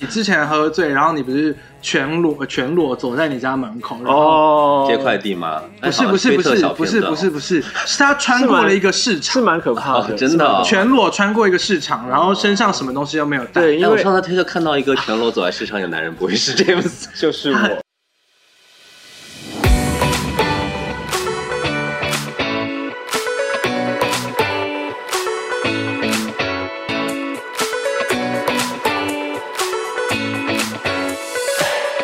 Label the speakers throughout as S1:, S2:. S1: 你之前喝醉，然后你不是全裸全裸走在你家门口，然后
S2: 哦，
S3: 接快递吗？
S1: 不是
S3: 哎
S1: 不是不
S3: 好像推特
S1: 是
S3: 小
S1: 不
S3: 片
S1: 是
S3: 段
S1: 不是啊不是，是他穿过了一个市场
S2: 是，蛮可怕的，
S3: 哦真的哦
S2: 是蛮可怕
S1: 全裸穿过一个市场，然后身上什么东西都没有带。
S2: 对，
S3: 哎，
S2: 因
S3: 我
S2: 为
S3: 上次推特看到一个全裸走在市场的男人，不会是詹姆斯？
S2: 就是 我。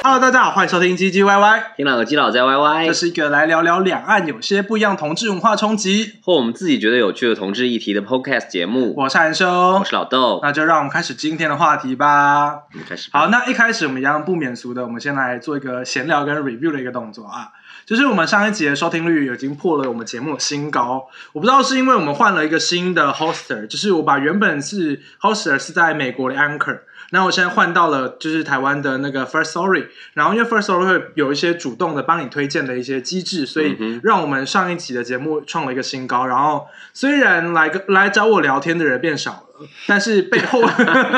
S1: Hello，大家好，欢迎收 听唧唧歪歪，
S3: 听两个基佬在 YY，
S1: 这是一个来聊聊两岸有些不一样同志文化冲击。
S3: 或我们自己觉得有趣的同志议题的 podcast 节目。
S1: 我是韩修
S3: 我，是老豆，
S1: 那就让我们开始今天的话题吧。
S3: 我们开始吧。
S1: 好，那一开始我们一样不免俗的，我们先来做一个闲聊跟 review 的一个动作啊。就是我们上一集的收听率已经破了我们节目的新高，我不知道是因为我们换了一个新的 hoster，就是我把原本是 hoster 是在美国的 Anchor，那我现在换到了就是台湾的那个 First Story，然后因为 First Story 会有一些主动的帮你推荐的一些机制，所以
S3: 嗯哼
S1: 让我们上一集的节目创了一个新高。然后虽然来个来找我聊天的人变少了，但是背后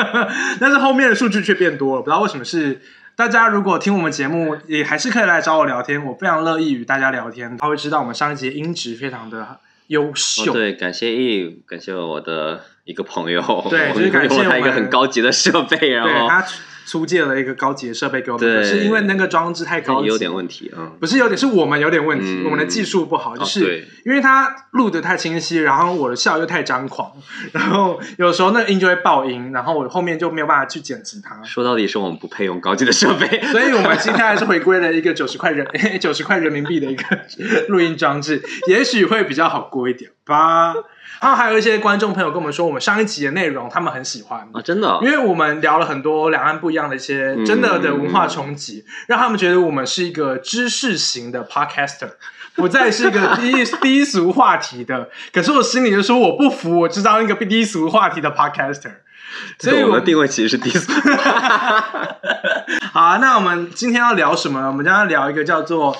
S1: 但是后面的数据却变多了，不知道为什么是。大家如果听我们节目，也还是可以来找我聊天，我非常乐意与大家聊天。他会知道我们上一集的音质非常的优秀，
S3: 哦，对，感谢 E，感谢我的一个朋友，
S1: 对就是感谢
S3: 我
S1: 我们
S3: 用了他一个很高级的设备，然
S1: 对
S3: 后
S1: 他出出借了一个高级的设备给我们，可
S3: 对
S1: 是因为那个装置太高级，
S3: 有点问题，嗯，
S1: 不是有点，是我们有点问题，
S3: 嗯
S1: 我们的技术不好，
S3: 哦
S1: 就是
S3: 对
S1: 因为它录的太清晰，然后我的笑又太张狂，然后有时候那个音就会爆音，然后我后面就没有办法去剪辑它。
S3: 说到底是我们不配用高级的设备，
S1: 所以我们今天还是回归了一个九十块人 九十块人民币的一个录音装置，也许会比较好过一点吧。然后还有一些观众朋友跟我们说，我们上一集的内容他们很喜欢，
S3: 啊，真的哦
S1: 因为我们聊了很多两岸不一样的一些
S3: 嗯
S1: 真的的文化冲击，让他们觉得我们是一个知识型的 podcaster，不再是一个低低俗话题的。可是我心里就说我不服，我知道一个低俗话题的 podcaster。所以
S3: 对我
S1: 我
S3: 们的定位其实是低俗，
S1: 好、啊，那我们今天要聊什么呢？我们将要聊一个叫做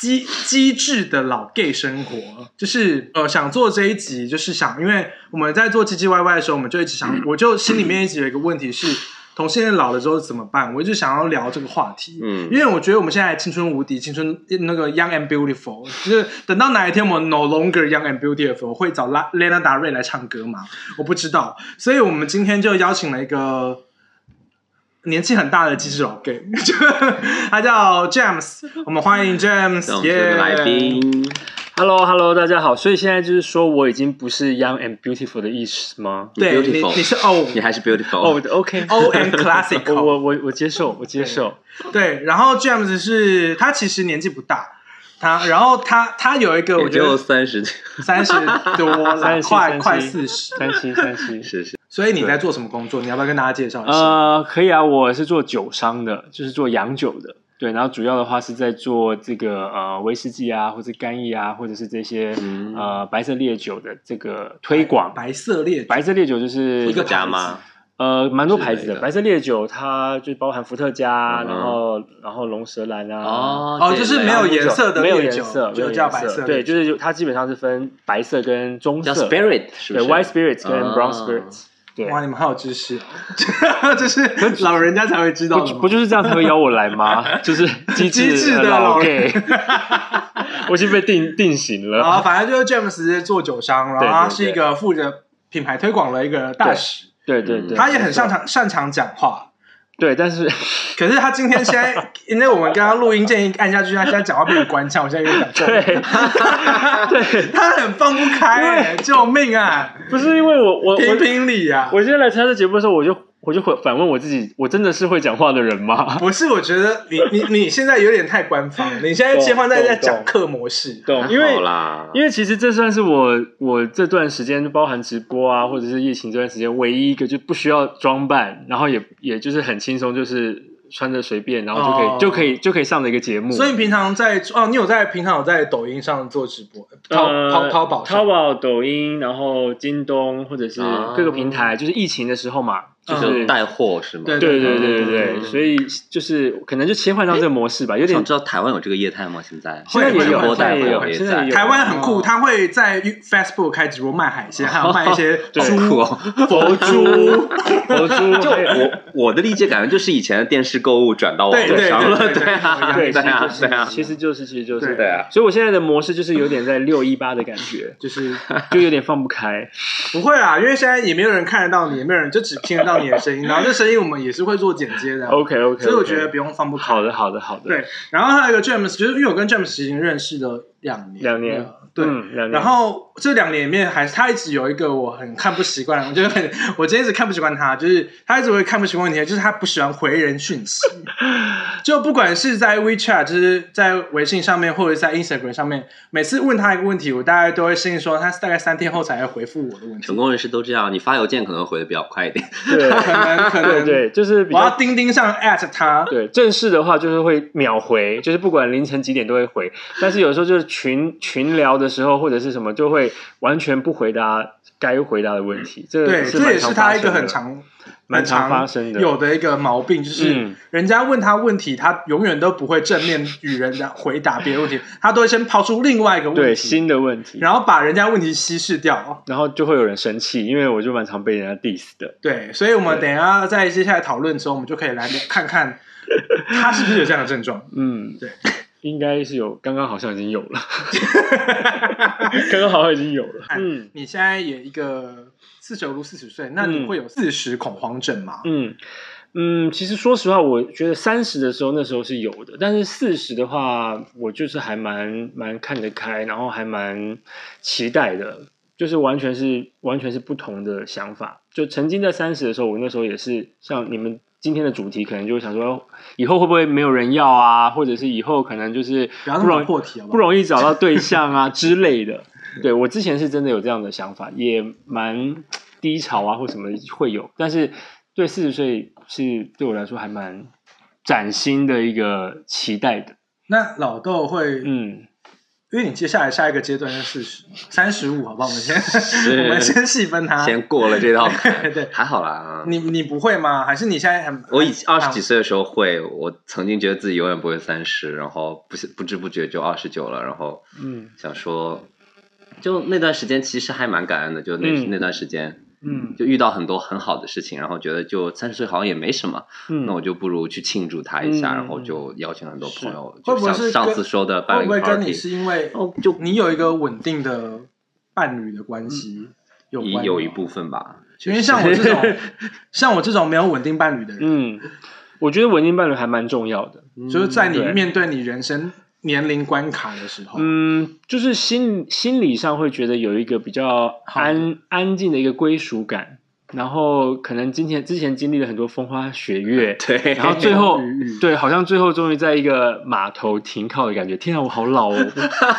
S1: 机机智的老 gay 生活，就是呃，想做这一集，就是想，因为我们在做唧唧歪歪的时候，我们就一直想，我就心里面一直有一个问题是，同性恋老了之后怎么办？我一直想要聊这个话题，
S3: 嗯
S1: 因为我觉得我们现在青春无敌，青春那个 young and beautiful，就是等到哪一天我们 no longer young and beautiful，会找拉 Lena 达瑞来唱歌吗？我不知道，所以我们今天就邀请了一个年纪很大的机智老 gay，就 他叫 James，我们欢迎 James，
S3: 那我们今天的来宾
S1: yeah。
S2: Hello Hello，大家好。所以现在就是说我已经不是 young and beautiful 的意思吗？
S1: 对你
S3: beautiful
S1: 你是 O
S3: 你还是 beautiful，
S2: 哦、o k
S1: O and
S2: 我
S1: classical，
S2: 我我我接受，我接受。
S1: 对，然后 James 是他其实年纪不大，他然后他他有一 个我
S3: 也
S1: 觉
S3: 就
S1: 得
S3: 三十，。
S1: 三十多了，
S2: 三七
S1: 快
S2: 三七
S1: 快四十，
S2: 三七三七
S3: 是是，
S1: 所以你在做什么工作？你要不要跟大家介绍一下？
S2: 呃，可以啊，我是做酒商的，就是做洋酒的。对，然后主要的话是在做这个呃威士忌啊，或者干邑啊，或者是这些、
S3: 嗯
S2: 呃白色烈酒的这个推广。
S1: 白色烈酒
S2: 白色烈酒就是
S1: 一个
S3: 家吗？
S2: 呃，蛮多牌子
S3: 之类
S2: 的，
S3: 的
S2: 白色烈酒它就包含伏特加，
S3: 嗯哼
S2: 然后然后龙舌兰啊，
S1: 哦，就是没有
S2: 这一类
S1: 颜色的
S2: 没有
S1: 烈
S2: 颜
S1: 酒
S2: 色，没有
S1: 就
S2: 颜
S1: 叫
S2: 色
S1: 白色烈酒。
S2: 对，就是它基本上是分白色跟棕
S3: 叫
S2: 色
S3: spirit，是不
S2: 对
S3: 是
S2: ，white spirit 跟
S3: 哦
S2: brown spirit，对，
S1: 哇，你们好有知识 哦，这是老人家才会知道的
S2: 不
S1: 吗。
S2: 不就是这样才会邀我来吗？就是机
S1: 机智
S2: 智
S1: 的老
S2: 老 gay，我已经被定定型
S1: 然后
S2: 了。
S1: 反正就是 James 是做酒商，然后
S2: 对对
S1: 他
S2: 对
S1: 是一个负责品牌推广的一个大使，
S2: 对对对，
S1: 他也很
S2: 没错
S1: 擅。长擅长讲话。
S2: 对，但是
S1: 可是他今天现 在，因为我们刚刚录音键一按下去，他现在讲话被你关枪，我现在有点感动。
S2: 对对，
S1: 他很放不开、欸，救命啊！
S2: 不是因为我我我
S1: 评评理啊！
S2: 我今天来参加这节目的时候，我就我就会反问我自己：我真的是会讲话的人吗？
S1: 不是，我觉得你你你现在有点太官方了，你现在切换在
S2: 懂
S1: 在
S2: 懂
S1: 讲课模式。
S2: 懂，因为
S3: 好啦，
S2: 因为其实这算是我我这段时间包含直播啊，或者是疫情这段时间唯一一个就不需要装扮，然后也也就是很轻松，就是穿着随便，然后就可以、
S1: 哦
S2: 就可以就可以上的一个
S3: 嗯
S2: 节目。
S1: 所以你平常在哦，你有在平常有在抖音上做直播，淘
S2: 呃
S1: 淘淘宝上
S2: 淘宝、抖音，然后京东或者是
S3: 啊嗯
S2: 各个平台，就是疫情的时候嘛，
S3: 就是带货是吗？
S1: 对
S2: 嗯对对对
S1: 对
S3: 嗯
S2: 对对，所以就是可能就切换到这个模式吧，有点
S3: 想知道台湾哎有这个业态吗？现在
S2: 现在
S1: 会
S2: 也有，
S1: 会
S3: 直
S2: 现
S3: 播
S2: 在
S3: 带
S2: 也
S3: 货
S2: 有，
S3: 也
S2: 现在
S3: 在
S2: 也有。
S1: 台湾很酷，
S2: 哦
S1: 他会在 Facebook 开直播卖海鲜，还有卖一些
S2: 对
S1: 猪
S3: 酷哦。
S1: 佛珠，
S2: 佛珠，
S3: 就
S2: 还有
S3: 我 我的理解，感觉就是以前的电视购物转到网
S1: 对
S3: 络
S1: 对
S3: 上了，
S1: 对
S3: 对啊，
S2: 对，
S3: 对啊，
S2: 其实
S3: 对
S2: 就是
S3: 啊，
S2: 其实就是其实就是
S1: 对
S3: 啊。
S2: 所以我现在的模式就是有点在六一八的感觉，
S1: 就是
S2: 就有点放不开。
S1: 不会啊，因为现在也没有人看得到你，也没有人就只听得到你的声音，然后这声音我们也是会做剪接的，
S2: OK OK，
S1: 所以我觉得不用放不开
S2: 好。的好的好的，
S1: 对，然后还有一个 James，就是因为我跟 James 已经认识了两年，
S2: 两年
S1: 了对。
S2: 嗯，两年
S1: 然后这两年里面还，他一直有一个我很看不习惯，我就是很， 我今天一直看不习惯他，就是他一直会看不习惯你，就是他不喜欢回人讯 息，就不管是在 WeChat，就是在微信上面，或者在 Instagram 上面，每次问他一个问题，我大概都会心里说，他大概三天后才会回复我的问题
S3: 成，功人士都这样，你发邮件可能回的比较快一点，
S2: 对
S1: 可 能可
S2: 对
S1: 能
S2: 对，就是比
S1: 我要
S2: 较。
S1: 钉钉上 at 他，
S2: 对正式的话就是会秒回，就是不管凌晨几点都会回，但是有时候就是群群聊的时候或者是什么，就会完全不回答该回答的问题。这个
S1: 对，
S2: 是
S1: 这
S2: 蛮
S1: 也
S2: 常
S1: 是
S2: 发
S1: 他一
S2: 生
S1: 个
S2: 的
S1: 很常、
S2: 蛮
S1: 很
S2: 常
S1: 常
S2: 发生的
S1: 有的一个毛病，就是
S2: 嗯
S1: 人家问他问题，他永远都不会正面与人家回答别的问题，他都会先抛出另外一个问
S2: 对
S1: 题，
S2: 新的问题，
S1: 然后把人家问题稀释掉。
S2: 然后就会有人生气，因为我就蛮常被人家 diss 的。
S1: 对，所以我们
S2: 对
S1: 等一下在接下来讨论的时候，我们就可以来看看他是不是有这样的症 状。
S2: 嗯，
S1: 对，
S2: 应该是有，刚刚好像已经有 了，刚刚好像已经有了。
S1: 哎
S2: 嗯
S1: 你现在也一个四十如四十岁，那你
S2: 嗯
S1: 会有四十恐慌症吗？
S2: 嗯嗯，其实说实话，我觉得三十的时候那时候是有的，但是四十的话，我就是还蛮蛮看得开，然后还蛮期待的，就是完全是完全是不同的想法。就曾经在三十的时候，我那时候也是像你们。今天的主题可能就会想说，以后会不会没有人要啊？或者是以后可能就是
S1: 不要那
S2: 不容
S1: 么
S2: 易
S1: 破题好不
S2: 不
S1: 好？
S2: 容易找到对象啊之类的。对我之前是真的有这样的想法，也蛮低潮啊或什么会有，但是对四十岁是对我来说还蛮崭新的一个期待的。
S1: 那老豆会
S2: 嗯，
S1: 因为你接下来下一个阶段是四十、三十五，好不好？我们先
S3: 是
S1: 我们先细分它。，
S3: 先过了这道坎
S1: 对
S3: 还好啦啊。
S1: 你你不会吗？还是你现在很
S3: 我以二十几
S1: 啊
S3: 岁的时候会，我曾经觉得自己永远不会三十，然后不是不知不觉就二十九了，然后
S2: 嗯
S3: 想说，就那段时间其实还蛮感恩的，就那、
S2: 嗯
S3: 那段时间
S2: 嗯
S3: 就遇到很多很好的事情，然后觉得就三十岁好像也没什么，
S2: 嗯，
S3: 那我就不如去庆祝它一下，
S2: 嗯
S3: 然后就邀请很多朋友，
S1: 会
S3: 就
S1: 不会
S3: 像
S1: 是
S3: 上
S1: 跟
S3: 次说的办了
S1: 会
S3: 一
S1: 不会
S3: 个
S1: 跟你
S3: party，
S1: 是因为
S3: 哦，就
S1: 你有一个稳定的伴侣的关系有
S3: 嗯一
S1: 关？
S3: 有一，部 分吧，
S1: 因为像我这种 像我这种没有稳定伴侣的人，
S2: 嗯，我觉得稳定伴侣还蛮重要的。
S3: 嗯
S1: 就是在你
S2: 对
S1: 面对你人生年龄关卡的时候，
S2: 嗯，就是心心理上会觉得有一个比较
S1: 好的
S2: 安安静的一个归属感，然后可能今天之前经历了很多风花雪月，
S3: 对，
S2: 然后最后
S1: 嗯嗯
S2: 对，好像最后终于在一个码头停靠的感觉。天啊，我好老哦！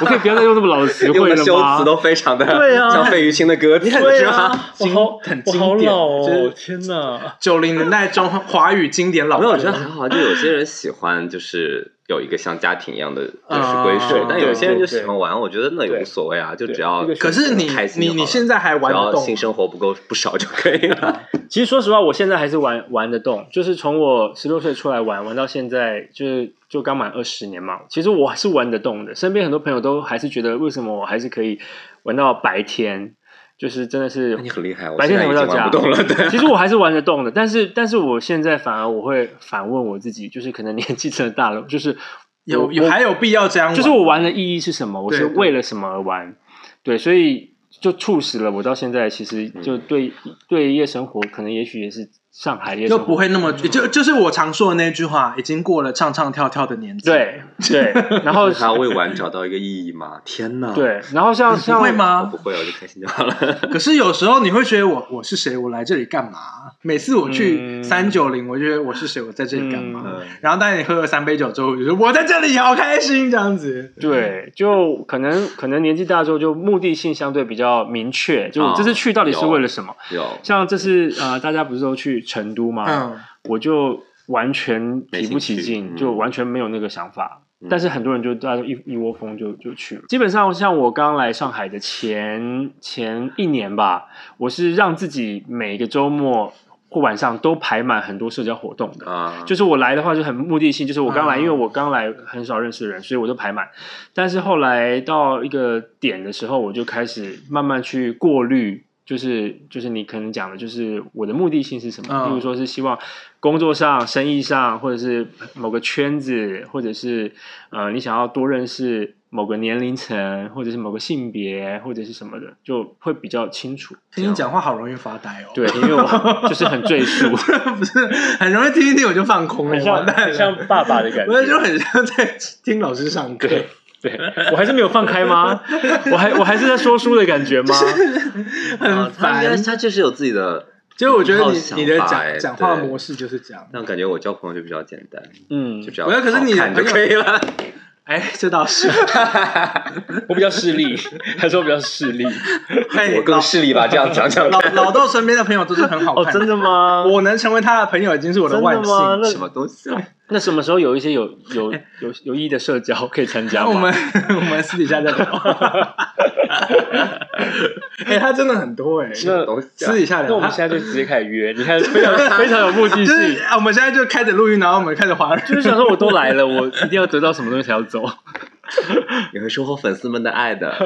S2: 我可以不要再用这么老的词
S3: 用
S2: 汇
S3: 的
S2: 了
S3: 修
S2: 吗
S3: 辞？都非常的
S2: 对啊
S3: 像费玉清的歌词
S2: 对
S3: 是吧？
S2: 啊，我好
S1: 经很
S2: 我好
S1: 经典
S2: 老哦
S1: 就！
S2: 天哪，
S1: 九零年代中华语经典老
S3: 没有，
S1: 歌
S3: 我觉得还好，就有些人喜欢就是有一个像家庭一样的就是归
S1: 啊对
S3: 属，但有些人就喜欢玩，我觉得那也
S2: 对
S3: 无所谓啊，就
S2: 对
S3: 只要
S2: 一个
S1: 可是你
S3: 开心
S1: 你
S3: 就好了
S1: 你现在还玩
S3: 只
S1: 得
S3: 要
S1: 动
S3: 性
S1: 吗？
S3: 生活不够不少就可以了。
S2: 其实说实话，我现在还是玩玩得动，就是从我十六岁出来玩，玩到现在，就是就刚满二十年嘛。其实我还是玩得动的，身边很多朋友都还是觉得，为什么我还是可以玩到白天？就是真的是
S3: 那你很厉害，我
S2: 白
S3: 现
S2: 天
S3: 在
S2: 才
S3: 已
S2: 回
S3: 经
S2: 到
S3: 玩
S2: 家
S3: 不动了，对。
S2: 其实我还是玩得动的，但是但是我现在反而我会反问我自己，就是可能年纪真的大了，就是
S1: 有
S2: 我
S1: 有
S2: 我
S1: 还有必要这样玩？
S2: 就是我玩的意义是什么？我是
S1: 对对
S2: 为了什么而玩？对，所以就促使了我到现在，其实
S1: 嗯
S2: 就对、对夜生活，可能也许也是上海夜生
S1: 就
S2: 活
S1: 不会那么就就是我常说的那句话，已经过了唱唱跳跳的年纪。，
S2: 对 对，然后
S3: 还要为玩找到一个意义吗？天哪！，
S2: 对，然后像
S1: 不
S2: 像
S1: 会
S3: 我
S1: 吗
S3: 不？会，我就开心就 好了。
S1: 可是有时候你会觉得我我是谁？我来这里干嘛？每次我去
S2: 嗯
S1: 三九零，我觉得我是谁？我在这里干嘛？
S3: 嗯
S1: 然后当你喝了三杯酒之后，我就说我在这里好开心，这样子。
S2: 对，就可能可能年纪大之后，就目的性相对比较明确，就
S1: 啊
S2: 我这次去到底是为了什么？
S3: 有
S2: 像这次呃，大家不是都去成都吗？
S1: 嗯，
S2: 我就完全提不起
S3: 没兴
S2: 劲，
S3: 趣
S2: 就完全没有那个想法。
S3: 嗯
S2: 但是很多人就大家都一一窝蜂就就去了。基本上像我刚来上海的前前一年吧，我是让自己每个周末或晚上都排满很多社交活动的。
S3: 啊，
S2: 就是我来的话就很目的性，就是我刚来，
S1: 嗯
S2: 因为我刚来很少认识人，所以我就排满。但是后来到一个点的时候，我就开始慢慢去过滤，就是就是你可能讲的，就是我的目的性是什么？
S1: 嗯
S2: 例如说是希望工作上、生意上，或者是某个圈子，或者是呃，你想要多认识。某个年龄层，或者是某个性别，或者是什么的，就会比较清楚。
S1: 听你讲话好容易发呆哦。
S2: 对，，因为我就是很赘 述，
S1: 不是很容易听一听我就放空
S2: 很
S1: 了，
S2: 像
S1: 完蛋
S2: 很像
S1: 了。
S2: 爸爸的感觉。
S1: 我就很像在听老师上课，
S2: 对对，我还是没有放开 吗？我还我还是在说书的感觉吗？
S1: 很
S3: 哦嗯他应
S1: 烦
S3: 该。他就是有自己的，
S1: 就我觉得你
S3: 很好
S1: 你的
S3: 想法
S1: 讲
S3: 哎
S1: 讲话
S3: 对
S1: 模式就是这样。
S3: 但我感觉我交朋友就比较简单，
S2: 嗯
S3: 就，只要
S1: 我觉得可是你
S3: 好看就可以了。
S1: 哎，这倒 是。
S2: 我比较势 利，还说我比较势利？
S1: 哎，
S3: 我更势利吧，这样讲讲
S1: 老
S3: 看。
S1: 老豆身边的朋友都是很好
S2: 哦，
S1: 看，
S2: 真的吗？
S1: 我能成为他的朋友已经是我
S2: 真
S1: 万
S2: 的吗？
S1: 幸。
S2: 那
S3: 什么东西啊？
S2: 那什么时候有一些有有有有意义的社交可以参加
S1: 那
S2: 吗？
S1: 我 们我们私底下再聊。哎，他真的很多哎，
S3: 什么东西 啊
S1: 私？底下
S2: 那
S1: 聊
S2: 我们
S1: 他。
S2: 现在就直接开始 约，你看非常非常有目
S1: 就
S2: 的
S1: 是
S2: 性。
S1: 啊，我们现在就开始录音，然后我们开始滑就
S2: 就
S1: 是
S2: 想说，我都来了，我一定要得到什么东西才要走。
S3: 你会收获粉丝们的爱的。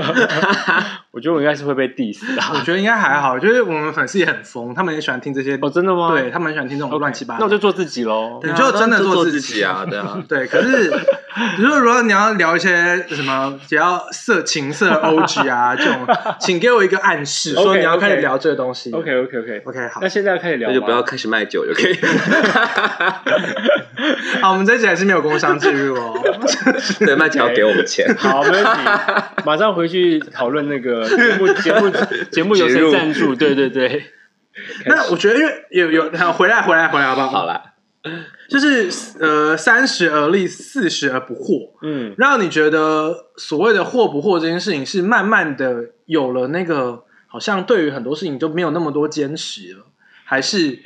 S2: 我觉得我应该是会被 diss 的
S1: 我
S2: 啊。
S1: 觉得应该还好，就是我们粉丝也很疯，他们也喜欢听这些，
S2: 哦，真的吗？
S1: 对他们很喜欢听这种
S2: OK，
S1: 乱七八
S2: 那
S1: 糟
S2: 我。就做自己喽。
S1: 你就真的
S3: 做
S1: 做
S3: 自
S1: 自
S3: 己啊，对啊。
S1: 对，可是如果如果你要聊一些什么，只要色情色 OG 啊这种，请给我一个暗示，说
S2: OK，OK
S1: 你要开始聊这个东西。
S2: OK OK OK，
S1: OK，好
S2: 那，现在开始聊
S3: 那
S2: 吗，
S3: 就不要开始卖酒就可以。
S1: 好，我们这一集还是没有工商介入哦。
S3: 对，卖酒要给我们钱。
S2: 好，没问题，马上回去讨论那个节目节目节目由
S3: 植入
S2: 谁赞助？对对对，
S1: 那我觉得，因为有有好回来回来回来好不好？
S3: 好啦，
S1: 就是呃，三十而立，四十而不惑，
S2: 嗯，
S1: 让你觉得所谓的惑不惑这件事情，是慢慢的有了那个，好像对于很多事情就没有那么多坚持了，还是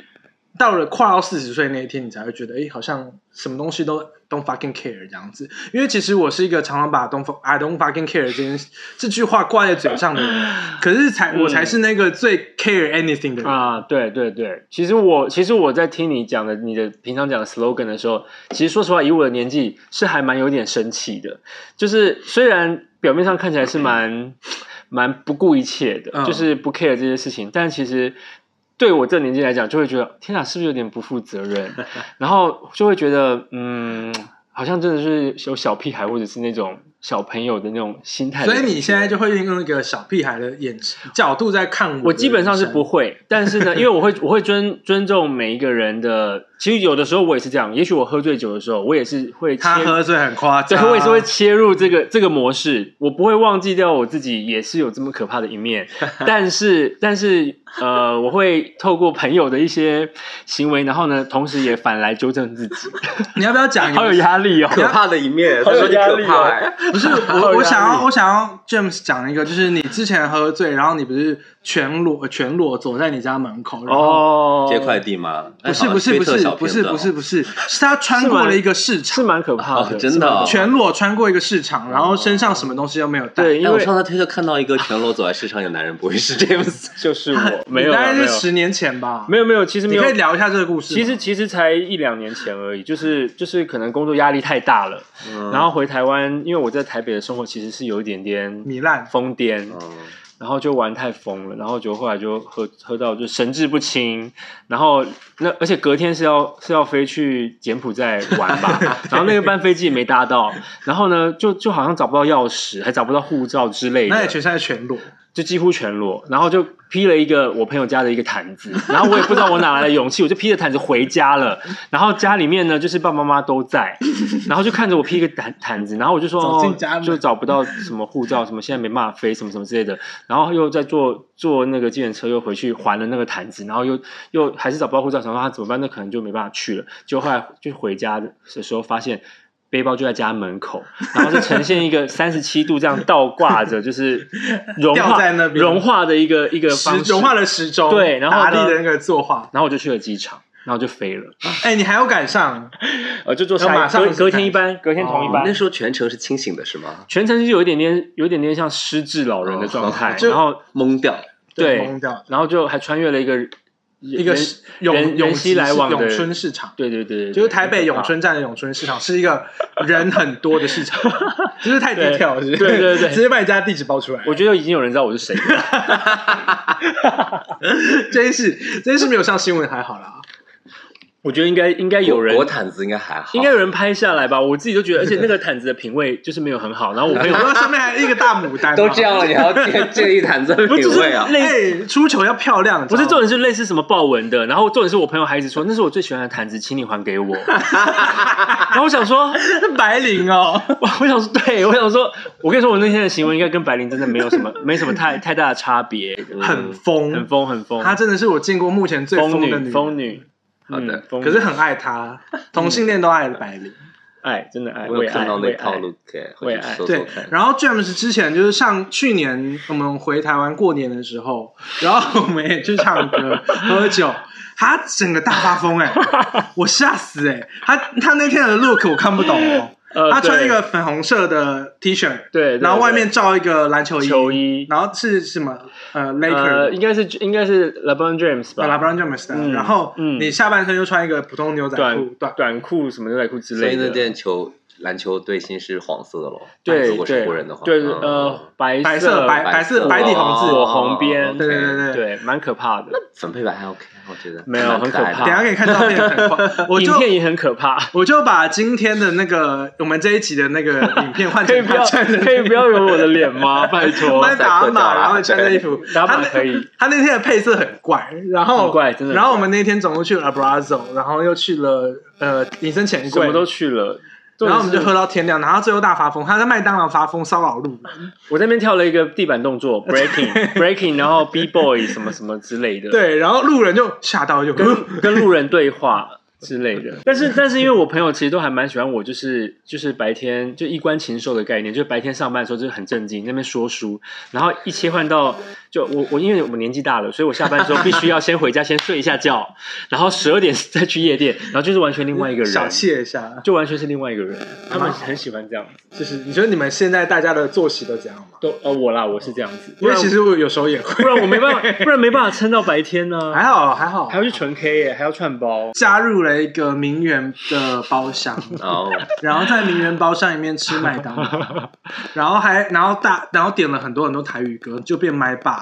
S1: 到了跨到四十岁那一天，你才会觉得，哎，好像什么东西都 don't fucking care 这样子。因为其实我是一个常常把 don't fuck- I don't fucking care 这件这句话挂在嘴上的人，可是才我才是那个最 care anything 的人。
S2: 啊，对对对，其实我其实我在听你讲的你的平常讲的 slogan 的时候，其实说实话，以我的年纪是还蛮有点生气的，就是虽然表面上看起来是蛮蛮不顾一切的，
S1: 嗯
S2: 就是不 care 这些事情，但其实。对我这年纪来讲，就会觉得天啊，是不是有点不负 责任？然后就会觉得，嗯，好像真的是有小屁孩或者是那种小朋友的那种心态的
S1: 所以
S2: 感觉。
S1: 你现在就会用一个小屁孩的眼角度在看我的
S2: 我基本上是
S1: 人生
S2: 不会，但是 呢，因为我会我会尊尊重每一个人的。其实有的时候我也是这样，也许我喝醉酒的时候，我也是会切
S1: 他喝醉很夸
S2: 对
S1: 张，，
S2: 我也是会切入这个这个模式，我不会忘记掉我自己也是有这么可怕的一面， 但是但是呃，我会透过朋友的一些行为，然后呢，同时也反来纠正自己，
S1: 你要不要讲一个
S2: 好有压力哦。
S3: 可怕的一 面，
S2: 好
S3: 他
S2: 有
S3: 说你
S2: 压
S3: 可
S2: 力
S3: 怕
S2: 哦
S3: 哎。
S1: 不是
S2: 好
S1: 我，
S2: 有
S1: 我
S2: 压
S1: 想要，
S2: 力
S1: 我想要 James 讲一个，就是你之前喝醉，然后你不是全裸全裸走在你家门口，然后、
S2: 哦，
S3: 接快递吗？
S1: 不是
S3: 哎
S1: 不是不是不是不
S3: 哦
S1: 是，不是，是他穿过了一个市
S2: 是
S1: 场，
S2: 蛮可怕
S3: 好
S2: 的，
S3: 像是推特小片段哦，真的哦。
S1: 全裸穿过一个市场，然后身上什么东西都没有带，
S2: 哦对，
S3: 哎，
S2: 因
S3: 我
S2: 为
S3: 上次推特看到一个全裸走在市场的男人，不会是 James？
S2: 就是 我没有
S1: 大
S2: 啦
S1: 概
S2: 没
S1: 是
S2: 有
S1: 十年前吧，
S2: 没有没有，其实没
S1: 你
S2: 有
S1: 可以聊一下这个故事吗。
S2: 其实其实才一两年前而已，就是就是可能工作压力太大了，
S3: 嗯
S2: 然后回台湾，因为我在台北的生活其实是有一点点
S1: 糜烂，
S2: 疯癫，
S3: 嗯
S2: 然后就玩太疯了，然后就后来就喝喝到就神志不清，然后那而且隔天是要是要飞去柬埔寨玩 吧，然后那个班飞机也没搭到，然后呢就就好像找不到钥匙，还找不到护照之类的，
S1: 那也全是全裸，
S2: 就几乎全裸，然后就披了一个我朋友家的一个毯子，然后我也不知道我哪来的勇气，我就披着毯子回家了。然后家里面呢，就是爸爸妈妈都在， 然后就看着我披一个毯毯子，然后我就说
S1: 走进
S2: 哦
S1: 家门
S2: 就找不到什么护照，什么现在没办法飞，什么什么之类的。然后又在坐坐那个计程车，又回去还了那个毯子，然后又又还是找不到护照，想说他啊怎么办？那可能就没办法去了。就后来就回家的时候发现。背包就在家门口，然后就呈 现一个三十七度这样倒挂着，就是融
S1: 吊
S2: 化
S1: 在那边
S2: 融化的一个一个
S1: 时
S2: 方式。
S1: 融化了时钟，
S2: 对然后呢
S1: 达利的那个作画，
S2: 然后我就去了机场，然后就飞了，
S1: 哎，你还有赶上，
S2: 呃，就坐
S1: 然后
S2: 下
S1: 马
S2: 一
S1: 上
S2: 隔
S1: 就
S2: 隔
S1: 赶
S2: 天一班，隔天同一
S1: 吧
S2: 班。
S1: 哦
S3: 那时候全程是清醒的，是吗？
S2: 全程是有一点点，有一点点像失智老人的状态，
S1: 哦就
S2: 然后
S3: 懵掉，
S2: 对，
S1: 懵掉，
S2: 然后就还穿越了一个
S1: 一个
S2: 人
S1: 是永
S2: 人
S1: 永
S2: 人熙来往的
S1: 永春市场。
S2: 对对对，对
S1: 就是台北永。
S2: 对
S1: 春站的永春市场是一个人很多的市 场，就是太低调了，是不是
S2: 对对对对
S1: 直接把你家地址报出来。
S2: 我觉得已经有人知道我是谁了。
S1: 真是真是没有上新闻还好啦。
S2: 我觉得应该应该有人
S3: 裹毯子应该还好，
S2: 应该有人拍下来吧，我自己都觉得，而且那个毯子的品味就是没有很好。然后我 朋友
S1: 然后上面还有一个大牡丹嘛，
S3: 都这样了，你还要 建建立毯子的
S2: 不
S3: 品
S2: 就是
S3: 味啊？
S2: 类似，
S1: 哎，出球要漂亮，
S2: 不是
S1: 这
S2: 重点是类似什么豹纹的，然后重点是我朋友还一直说那是我最喜欢的毯子，请你还 给我。然后我想说，
S1: 白领哦，
S2: 我我想说，对我想说，我跟你说，我那天的行为应该跟白灵真的没有什么没什么太太大的差别，
S1: 很
S2: 很
S1: 疯，
S2: 疯很疯，
S1: 嗯她真的是我见过目前最
S2: 疯
S1: 的
S2: 女
S1: 女，
S2: 疯，女。
S3: 好的
S2: 嗯疯女
S1: 可是很爱她，同性恋都爱白领。
S2: 爱真的爱，
S3: 我
S2: 为
S3: 有看
S2: 爱
S3: 到那
S2: 为
S3: 套
S2: 爱
S3: 路，可以
S2: 为
S3: 回去
S2: 爱
S3: 搜搜
S1: 对
S3: 看，。
S1: 然后 James 之前就是上去年我们回台湾过年的时候， 然后我们也去唱歌喝酒，他整个大发疯哎、 我吓死哎、他他那天的 look 我看不懂哦，
S2: 呃
S1: 他穿一个
S2: 对
S1: 粉红色的 T 恤，
S2: 对，对
S1: 然后外
S2: 对
S1: 面罩一个篮球衣，
S2: 球衣，
S1: 然后是什么呃 Laker
S2: 呃，应该是应该是 LeBron James 吧
S1: l e b r o n James 的，
S2: 嗯
S1: 然后
S2: 嗯
S1: 你下半身就穿一个普通牛仔裤
S2: 短
S1: 短。
S2: 短裤什么牛仔裤之
S3: 所以
S2: 类
S3: 那
S2: 的。
S3: 件球篮球队星是黄色的喽，
S2: 对
S3: 如果是
S2: 对
S3: 湖人的话，
S2: 对
S3: 嗯
S2: 呃，白
S1: 白色
S2: 色
S1: 白
S3: 白
S1: 色
S3: 色
S1: 白底
S3: 哦
S1: 红字
S2: 火红边
S1: 对对对对
S2: 对，蛮可怕的。
S3: 粉配白还 OK，我觉得
S2: 没有
S3: 蛮爱的
S2: 很可怕
S1: 等一下给你看照 片，很快我就
S2: 影片也很可怕，
S1: 我就把今天的那个我们这一集的那个影片换
S2: 可以
S1: 成
S2: 不
S1: 他
S2: 要
S1: 穿的，
S2: 可以不要有我的脸吗？拜
S1: 我
S2: 托，
S1: 们打码，
S3: 再扣掉
S1: 然后穿这衣服，
S2: 打
S1: 他
S2: 码
S1: 那
S2: 可以。
S1: 他那天的配色很怪，然后
S2: 很怪真的很怪
S1: 然后我们那天总共去了 Abrazo，然后又去了呃隐身钱
S2: 什
S1: 柜
S2: 么，都去了。
S1: 然后我们就
S2: 重点是
S1: 喝到天亮，然后最后大发疯，他在麦当劳发疯骚扰路人，
S2: 我在那边跳了一个地板 动作 breaking breaking，然后 b boy 什么什么之类的，，
S1: 对，然后路人就吓到就呃
S2: 跟跟路人对话之类的。但是但是因为我朋友其实都还蛮喜欢我，就是就是白天就衣冠禽兽的概念，就是白天上班的时候就是很正经那边说书，然后一切换到就我我因为我年纪大了，所以我下班的时候必须要先回家先睡一下觉，然后十二点再去夜店，然后就是完全另外一个人，
S1: 小啊窃一下，
S2: 就完全是另外一个人，他们很喜欢这样子。
S1: 就是你觉得你们现在大家的作息都这样吗？
S2: 都呃我啦，我是这样子，
S1: 因为
S2: 不然
S1: 其实我有时候也会，
S2: 不然我没办法，不然没办法撑到白天呢、
S1: 还好还好，
S2: 还要去纯 K 耶、还要 串包。
S1: 加入了一个名媛的包 厢。
S3: 哦，
S1: 然后在名媛包厢里面吃麦当劳，然后还然后大然后点了很多很多台语歌，就变麦霸，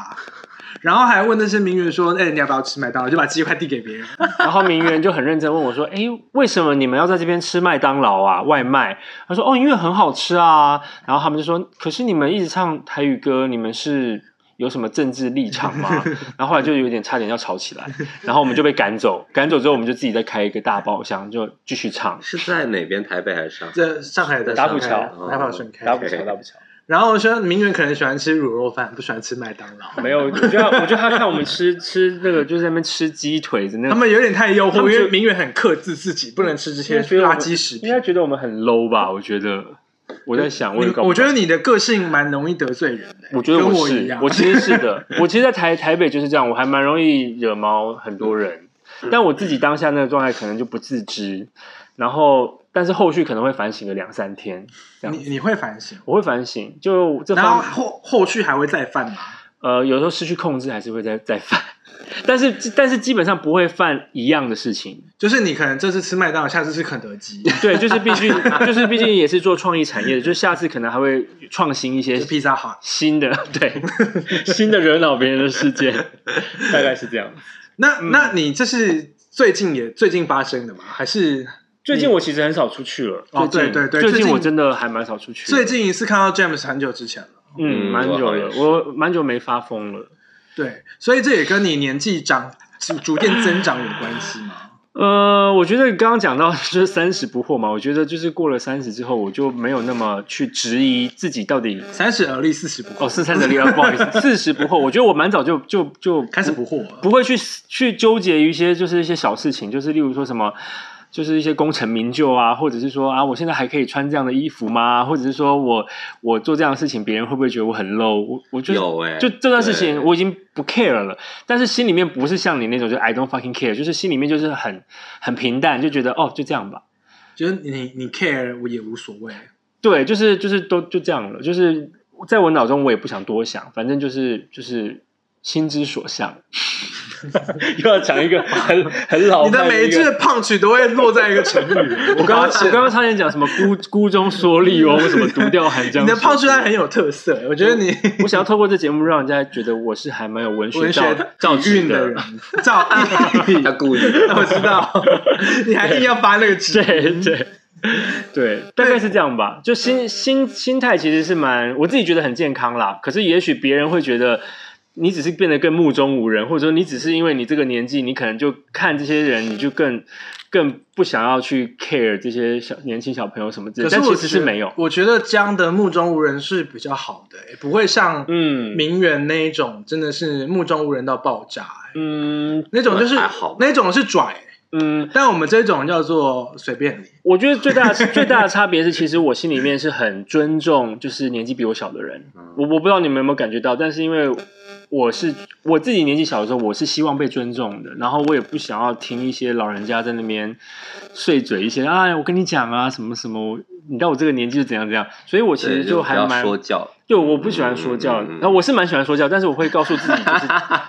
S1: 然后还问那些名媛说：“哎、你要不要吃麦当劳？”就把鸡块递给别人。
S2: 然后名媛就很认真问我说：“哎，为什么你们要在这边吃麦当劳啊？外卖？”他说：“哦，因为很好吃啊。”然后他们就说：“可是你们一直唱台语歌，你们是有什么政治立场吗？” 然后后来就有点差点要吵起来，然后我们就被赶走。赶走之后，我们就自己再开一个大包厢，就继续唱。
S3: 是在哪边？台北还是上海？
S1: 这上海的
S2: 打浦
S1: 上海
S2: 桥嗯
S1: 的打浦顺开。
S2: 打不巧，打不巧。
S1: 然后我说名媛可能喜欢吃卤肉饭，不喜欢吃麦当劳。
S2: 没有，我觉得，我觉得他看我们吃吃那个，就是在那边吃鸡腿的那
S1: 他
S2: 个，
S1: 们有点太诱惑
S2: 他，们
S1: 因
S2: 就
S1: 为名媛很克制自己，不能吃这些
S2: 觉得我
S1: 垃
S2: 们
S1: 圾食
S2: 应
S1: 品。
S2: 该觉得我们很 low 吧？我觉得，我在想，我也
S1: 你
S2: 搞不
S1: 我觉
S2: 懂
S1: 得你的个性蛮容易得罪人的、
S2: 我觉得
S1: 跟我一
S2: 是，
S1: 样
S2: 我其实是的，我其实，在台台北就是这样，我还蛮容易惹毛很多人，但我自己当下那个状态可能就不自知，然后但是后续可能会反省个两三天这样
S1: 你
S2: 子，
S1: 你会反省，
S2: 我会反省，就这
S1: 然后
S2: 方
S1: 后后续还会再犯吗？
S2: 呃有时候失去控制还是会再再犯， 但是但是基本上不会犯一样的事情，
S1: 就是你可能这次吃麦当劳，下次吃肯德基、
S2: 对，就是必须就是毕竟也是做创意产业的，就下次可能还会创新一些
S1: 吃披萨哈。
S2: 新的对新的惹恼别人的事件，大概是这样。
S1: 那、
S2: 嗯
S1: 那你这是最近也最近发生的吗？还是
S2: 最近我其实很少出去了。
S1: 嗯哦
S2: 最近
S1: 对对对
S2: 最
S1: 最近
S2: 近我真的还蛮少出去。
S1: 最，近一次看到 James 很久之前了？
S2: 嗯，
S3: 嗯
S2: 蛮久
S3: 我
S2: 了
S3: 好像，是
S2: 我蛮久没发疯了。
S1: 对，所以这也跟你年纪长逐逐渐增长有关系吗？
S2: 呃，我觉得刚刚讲到 就是三十不惑嘛，我觉得就是过了三十之后，我就没有那么去质疑自己到底
S1: 三十而立，四十不惑，
S2: 哦是三十六，不好意思，四十不惑。我觉得我蛮早就就就
S1: 开始不惑了。
S2: 不会去去纠结于一些就是一些小事情，就是例如说什么。就是一些功成名就啊，或者是说啊，我现在还可以穿这样的衣服吗？或者是说我我做这样的事情，别人会不会觉得我很 low？我我就
S3: 有哎，
S2: 就这段事情
S3: 对
S2: 我已经不 care 了，但是心里面不是像你那种就 I don't fucking care，就是心里面就是很很平淡，就觉得哦就这样吧，
S1: 就是你你 care 我也无所谓，
S2: 对，就是就是都就这样了，就是在我脑中我也不想多想，反正就是就是心之所向， 又要讲一个很很老
S1: 你的
S2: 派
S1: 每
S2: 一
S1: 一
S2: 个
S1: 句的 punch 都会落在一个成语。
S2: 我
S1: 发
S2: 刚刚我
S1: 现
S2: 刚刚差点讲什么孤孤中说理哦，为什么独钓寒江
S1: 你的
S2: 雪
S1: punch line 很有特色，我觉得你
S2: 我想要透过这节目让人家觉得我是还蛮有文学
S1: 文
S2: 造
S1: 学
S2: 造
S1: 底蕴
S2: 诣
S1: 的
S2: 的
S1: 人， 造诣
S3: 他故意
S1: 我知道，你还硬要发那个纸。
S2: 对对对，大概是这样吧。就
S1: 嗯
S2: 心心心态其实是蛮，我自己觉得很健康啦。可是也许别人会觉得你只是变得更目中无人，或者说你只是因为你这个年纪，你可能就看这些人，你就更更不想要去 care 这些小年轻小朋友什么之类
S1: 可
S2: 的。
S1: 是
S2: 但
S1: 我
S2: 其实是
S1: 觉
S2: 没有，
S1: 我觉得这样的目中无人是比较好的、欸不会像
S2: 嗯
S1: 名媛那一种，真的是目中无人到爆炸、欸
S2: 嗯
S1: 那种就是
S3: 还好
S1: 那种是拽、欸
S2: 嗯，
S1: 但我们这种叫做随便你。
S2: 我觉得最大最大的 差别是，其实我心里面是很尊重，就是年纪比我小的人。
S3: 嗯
S2: 我我不知道你们有没有感觉到，但是因为我是我自己年纪小的时候，我是希望被尊重的，然后我也不想要听一些老人家在那边碎嘴一些，哎，我跟你讲啊，什么什么，你到我这个年纪是怎样怎样，所以我其
S3: 对
S2: 实
S3: 就
S2: 还
S3: 不要
S2: 蛮
S3: 说教，
S2: 对，我不喜欢说教，
S3: 嗯嗯嗯
S2: 然后我是蛮喜欢说教，但是我会告诉自己， 就是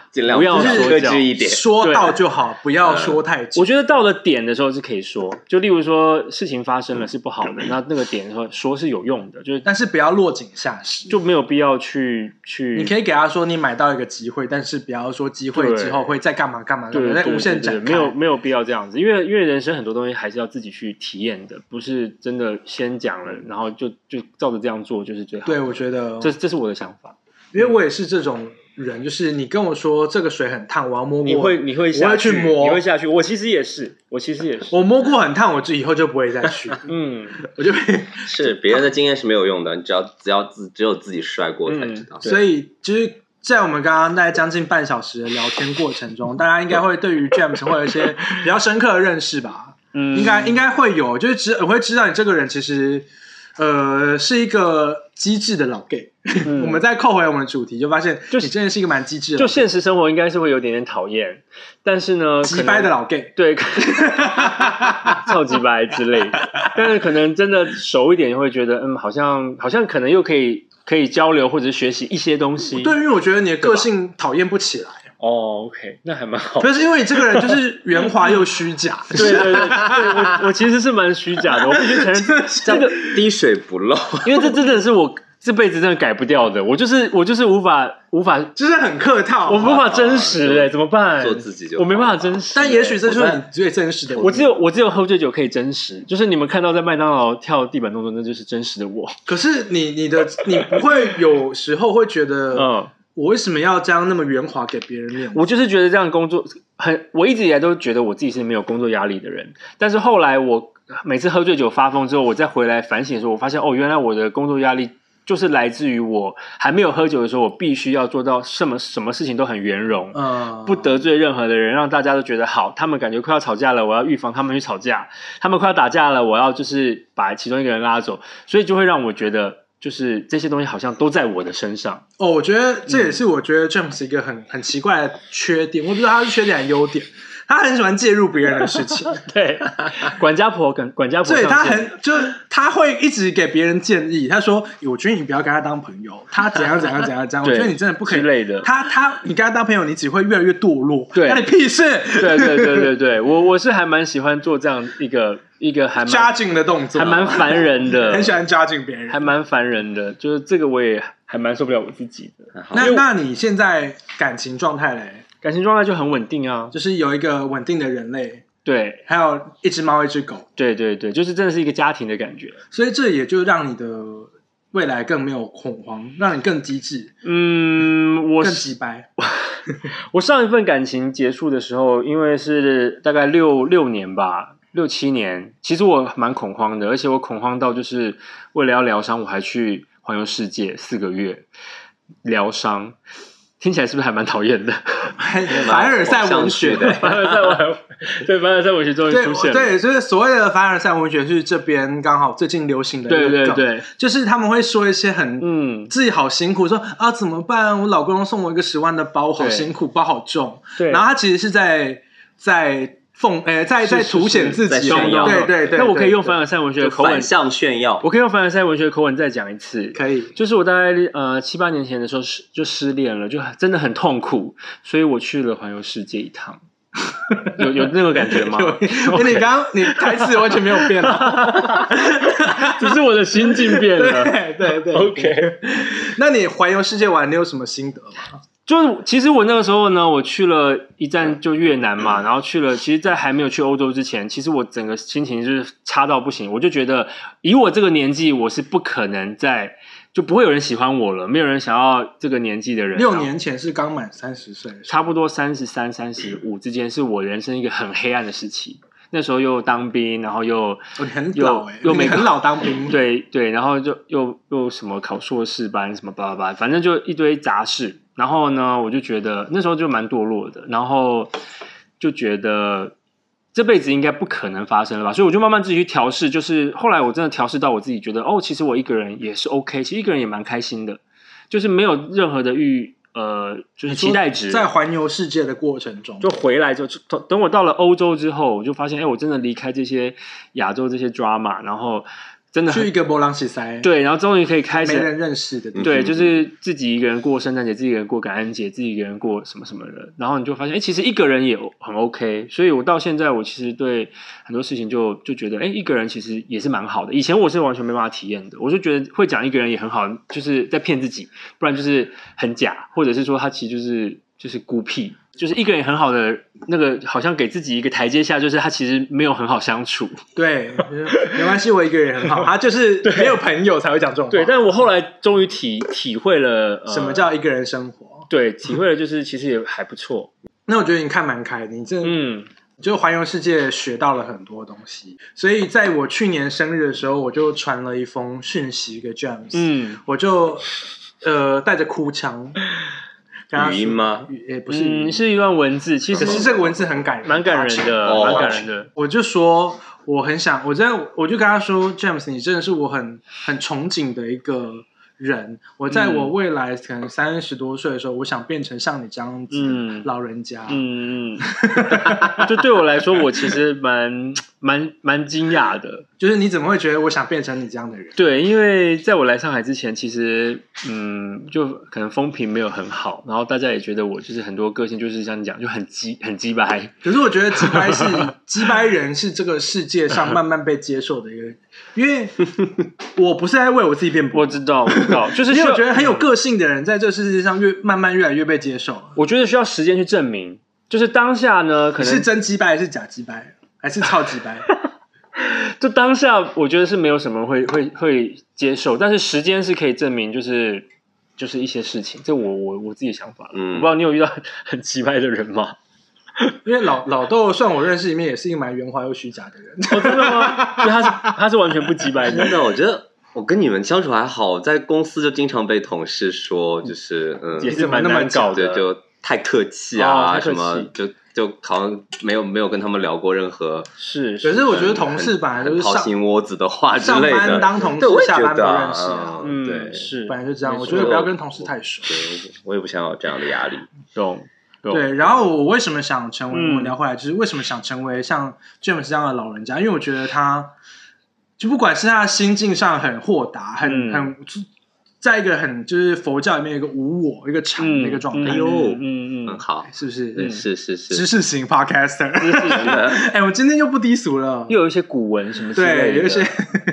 S3: 尽
S2: 啊
S3: 量
S2: 不要
S3: 就是
S2: 哦说
S3: 克
S2: 教嗯
S3: 制一点。
S1: 说到就好，不要说太久。
S2: 我觉得到了点的时候是可以说，就例如说事情发生了是不好的，那那个点的时候说是有用的，就是
S1: 但是不要落井下石。
S2: 就没有必要去去。
S1: 你可以给他说你买到一个机会，但是不要说机会之后会再干嘛干嘛干
S2: 对
S1: 嘛，
S2: 对
S1: 再
S2: 对
S1: 无限展开。
S2: 对没有没有必要这样子，因为因为人生很多东西还是要自己去体验的，不是真的先讲了，然后就就照着这样做就是最好
S1: 嗯
S2: 的。
S1: 对，我觉得
S2: 这这是我的想法。
S1: 因为我也是这种人，就是你跟我说这个水很烫，我要摸摸。
S2: 你会你会
S1: 我
S2: 下
S1: 会去摸
S2: 你会下去。我其实也是，我其实也是。
S1: 我摸过很烫，我就以后就不会再去，
S2: 嗯，
S1: 我就会。
S3: 是别人的经验是没有用的，你只要只要自只有自己摔过才知
S2: 嗯
S3: 道。
S1: 所以就是在我们刚刚大概将近半小时的聊天过程中，大家应该会对于 James 会有一些比较深刻的认识吧？
S2: 嗯
S1: 应该应该会有，就是知我会知道你这个人其实。呃，是一个机智的老 gay。
S2: 嗯
S1: 我们再扣回我们的主题，就发现
S2: 就
S1: 你真的是一个蛮机智的老
S2: 嗯就
S1: gay，
S2: 现实生活应该是会有点点讨厌，但是呢，
S1: 急掰的
S2: 啦。
S1: 老 gay。
S2: 对， 超级白之类的。但是可能真的熟一点，会觉得嗯，好像好像可能又可以可以交流或者是学习一些东西。
S1: 对，因为我觉得你的个性讨厌不起来。
S2: 哦，OK，那还蛮好。
S1: 不是因为你这个人就是圆滑又虚假，
S2: 对对对，对我我其实是蛮虚假的，我必须承认这个，
S3: 滴水不漏，
S2: 因为这真的是我这辈子真的改不掉的。我就是我就是无法无法，
S1: 就是很客套。
S2: 我无法真实哎、怎么办？
S3: 做自己就好
S2: 我没办法真实欸、
S1: 但也许这就是你最真实的一面。
S2: 我只有我只有喝醉酒可以真实，就是你们看到在麦当劳跳地板动作，那就是真实的我。
S1: 可是你你的你不会有时候会觉得，
S2: 嗯，
S1: 我为什么要这样那么圆滑给别人面子？
S2: 我就是觉得这样工作很，我一直以来都觉得我自己是没有工作压力的人，但是后来我每次喝醉酒发疯之后，我再回来反省的时候，我发现哦，原来我的工作压力就是来自于我还没有喝酒的时候，我必须要做到什么什么事情都很圆融。
S1: 嗯，
S2: 不得罪任何的人，让大家都觉得好。他们感觉快要吵架了，我要预防他们去吵架；他们快要打架了，我要就是把其中一个人拉走。所以就会让我觉得，就是这些东西好像都在我的身上。
S1: 哦。我觉得这
S2: 嗯
S1: 也是我觉得 James 一个很很奇怪的缺点，我不知道他是缺点还是优点。他很喜欢介入别人的事情，
S2: 对，管家婆管管家婆上
S1: 对
S2: 线，
S1: 他很就是他会一直给别人建议。他说：“我觉得你不要跟他当朋友，他怎样怎样怎样怎样。”我觉得
S2: 对
S1: 你真的不可以
S2: 之类的
S1: 他他，你跟他当朋友，你只会越来越堕落。
S2: 对
S1: 关你屁事。
S2: 对对对对对，我我是还蛮喜欢做这样一个一个还蛮
S1: judging 的动作，
S2: 还蛮烦人 的，
S1: 很喜欢 judging 别人
S2: 呃还。蛮烦人的，就是这个我也还蛮受不了我自己的。
S1: 那 那你现在感情状态嘞？
S2: 感情状态就很稳定啊，
S1: 就是有一个稳定的人类，
S2: 对
S1: 还有一只猫，一只狗，
S2: 对对对，就是真的是一个家庭的感觉。
S1: 所以这也就让你的未来更没有恐慌，让你更机智、
S2: 嗯，我
S1: 更直白。
S2: 我上一份感情结束的时候，因为是大概六六年吧，六七年，其实我蛮恐慌的，而且我恐慌到就是为了要疗伤，我还去环游世界四个月疗伤，听起来是不是还蛮讨厌的？
S1: 凡尔赛文学
S3: 蛮有
S2: 凡
S3: 想
S2: 尔赛文，对凡尔赛文学终于
S1: 对
S2: 出现了，
S1: 对，就是所谓的凡尔赛文学是这边刚好最近流行的一
S2: 对
S1: 个
S2: 对
S1: 梗，
S2: 对，
S1: 就是他们会说一些很
S2: 嗯，
S1: 自己好辛苦，说啊怎么办？我老公送我一个十万的包，好
S2: 对
S1: 辛苦，包好重。
S2: 对
S1: 然后他其实是在在奉诶、在在
S2: 是是
S1: 凸显
S2: 是
S1: 自
S3: 在
S1: 己，哦
S3: 炫耀
S1: 对对对，
S2: 那我可以
S1: 对
S2: 用
S1: 对
S2: 凡尔赛文学的
S4: 就
S2: 口吻
S4: 反，向炫耀。
S2: 我可以用凡尔赛文学的口吻再讲一次。
S1: 可 以，
S2: 就是我大概呃七八年前的时候失就失恋了，就真的很痛苦，所以我去了环游世界一趟。有有那个感 觉 吗？
S1: 因为你刚刚你台词完全没有变啊，
S2: 只是我的心境 变了。
S1: 对对对
S2: OK，
S1: 那你环游世界玩，你有什么心得吗？
S2: 就是其实我那个时候呢，我去了一站就越南嘛，然后去了，其实，在还没有去欧洲之前，其实我整个心情就是差到不行，我就觉得以我这个年纪，我是不可能在就不会有人喜欢我了，没有人想要这个年纪的人。
S1: 六年前是刚满三十岁，
S2: 差不多三十三、三十五之间，是我人生一个很黑暗的时期。那时候又当兵，然后又
S1: 哦你很
S2: 又
S1: 老哎，
S2: 又
S1: 你
S2: 没
S1: 很老当兵，，
S2: 对对，然后就又又什么考硕士班什么巴拉巴拉，反正就一堆杂事。然后呢，我就觉得那时候就蛮堕落的，然后就觉得这辈子应该不可能发生了吧，所以我就慢慢自己去调试。就是后来我真的调试到我自己觉得，哦，其实我一个人也是 OK，其实一个人也蛮开心的，就是没有任何的欲呃，就是期待值
S1: 在环游世界的过程中，
S2: 就回来就等等我到了欧洲之后，我就发现，哎，我真的离开这些亚洲这些 drama，然后真 的
S1: 去一
S2: 很
S1: 个波浪西塞，，
S2: 对，然后终于可以开
S1: 没
S2: 始
S1: 人认识的地方，
S2: 对，就是自己一个人过圣诞节，自己一个人过感恩节，自己一个人过什么什么的，然后你就发现，哎，其实一个人也很 OK。所以我到现在，我其实对很多事情就就觉得，哎，一个人其实也是蛮好的。以前我是完全没办法体验的，我就觉得会讲一个人也很好，就是在骗自己，不然就是很假，或者是说他其实就是就是孤僻。就是一个人很好的那个，好像给自己一个台阶下，就是他其实没有很好相处。
S1: 对， 没关系，我一个人也很好，他就是没有朋友才会讲这种话，
S2: 对，但我后来终于体体会了、呃
S1: 什么叫一个人生活？
S2: 对，体会了就是其实也还不错。
S1: 那我觉得你看蛮开的，你真的
S2: 嗯，
S1: 就环游世界学到了很多东西，所以在我去年生日的时候，我就传了一封讯息给 James，
S2: 嗯，
S1: 我就呃带着哭腔，跟他说
S3: 语音吗？
S1: 语也不是语音，
S2: 嗯，是一段文字，其
S1: 可
S2: 实
S1: 是这个文字很感人，
S2: 蛮感人的，
S3: 哦
S2: 蛮感人的。
S1: 我就说我很想，我真的我就跟他说，James，你真的是我很很憧憬的一个人。我在
S2: 嗯
S1: 我未来可能三十多岁的时候，我想变成像你这样子
S2: 嗯
S1: 老人家。
S2: 嗯，嗯 就对我来说，我其实蛮蛮蛮惊讶的。
S1: 就是你怎么会觉得我想变成你这样的人？
S2: 对，因为在我来上海之前，其实嗯，就可能风评没有很好，然后大家也觉得我就是很多个性就是像你讲，就很鸡很鸡白。
S1: 可是我觉得鸡掰 是鸡掰人是这个世界上慢慢被接受的一个人，因为我不是在为我自己辩
S2: 我
S1: 驳，
S2: 知道，我知道，就是
S1: 因
S2: 需
S1: 为
S2: 要
S1: 我觉得很有个性的人在这世界上越慢慢越来越被接受了。
S2: 我觉得需要时间去证明。就是当下呢，可
S1: 你
S2: 能
S1: 是真鸡掰还是假鸡掰，还是超鸡掰？
S2: 就当下，我觉得是没有什么会会会接受，但是时间是可以证明，就是就是一些事情，这我我我自己的想法。
S3: 嗯
S2: 我不知道你有遇到 很很奇葩的人吗？
S1: 因为老老豆算我认识里面也是一个蛮圆滑又虚假的人，
S2: 哦，真的吗？所以他是他是完全不奇葩
S3: 真
S2: 的。
S3: 的，我觉得我跟你们相处还好，我在公司就经常被同事说，就是 嗯，
S2: 也
S1: 你
S2: 是
S1: 怎么
S2: 蛮
S1: 那么
S2: 难搞的，
S3: 对，就太客气
S2: 哦
S3: 啊，
S2: 太客
S3: 什
S2: 气
S3: 么就就好像没有没有跟他们聊过任何
S2: 是
S1: 可
S2: 是
S1: 是我觉得同事本来就
S3: 很
S1: 是
S3: 掏
S1: 上
S3: 心窝子的话之
S1: 上
S3: 类
S1: 班
S3: 的。
S1: 当同
S3: 对，我
S1: 事，
S3: 也
S1: 下
S3: 觉
S1: 班不
S3: 得
S1: 认
S3: 啊，
S1: 识啊，
S3: 嗯，
S2: 嗯
S3: 对，
S2: 是，
S1: 本来就这样。
S2: 没
S1: 我觉
S2: 错
S1: 得不要跟同事太熟。
S3: 对，我也不想要有这样的压力。
S2: 懂懂
S1: 对，然后我为什么想成为？
S2: 嗯
S1: 我们聊回来，就是为什么想成为像 James 这样的老人家？因为我觉得他，就不管是他的心境上很豁达，很
S2: 嗯
S1: 很，在一个很就是佛教里面有一个无我、一个禅的一个状态
S2: 嗯，
S3: 哎呦
S2: 嗯嗯
S3: 嗯，
S2: 嗯，
S3: 好，
S1: 是不是？
S3: 对，是是
S1: 知
S3: 是，
S1: 识型 podcaster。哎， 我今天就不低俗了，
S2: 又有一些古文什么之类的，
S1: 对，有一些。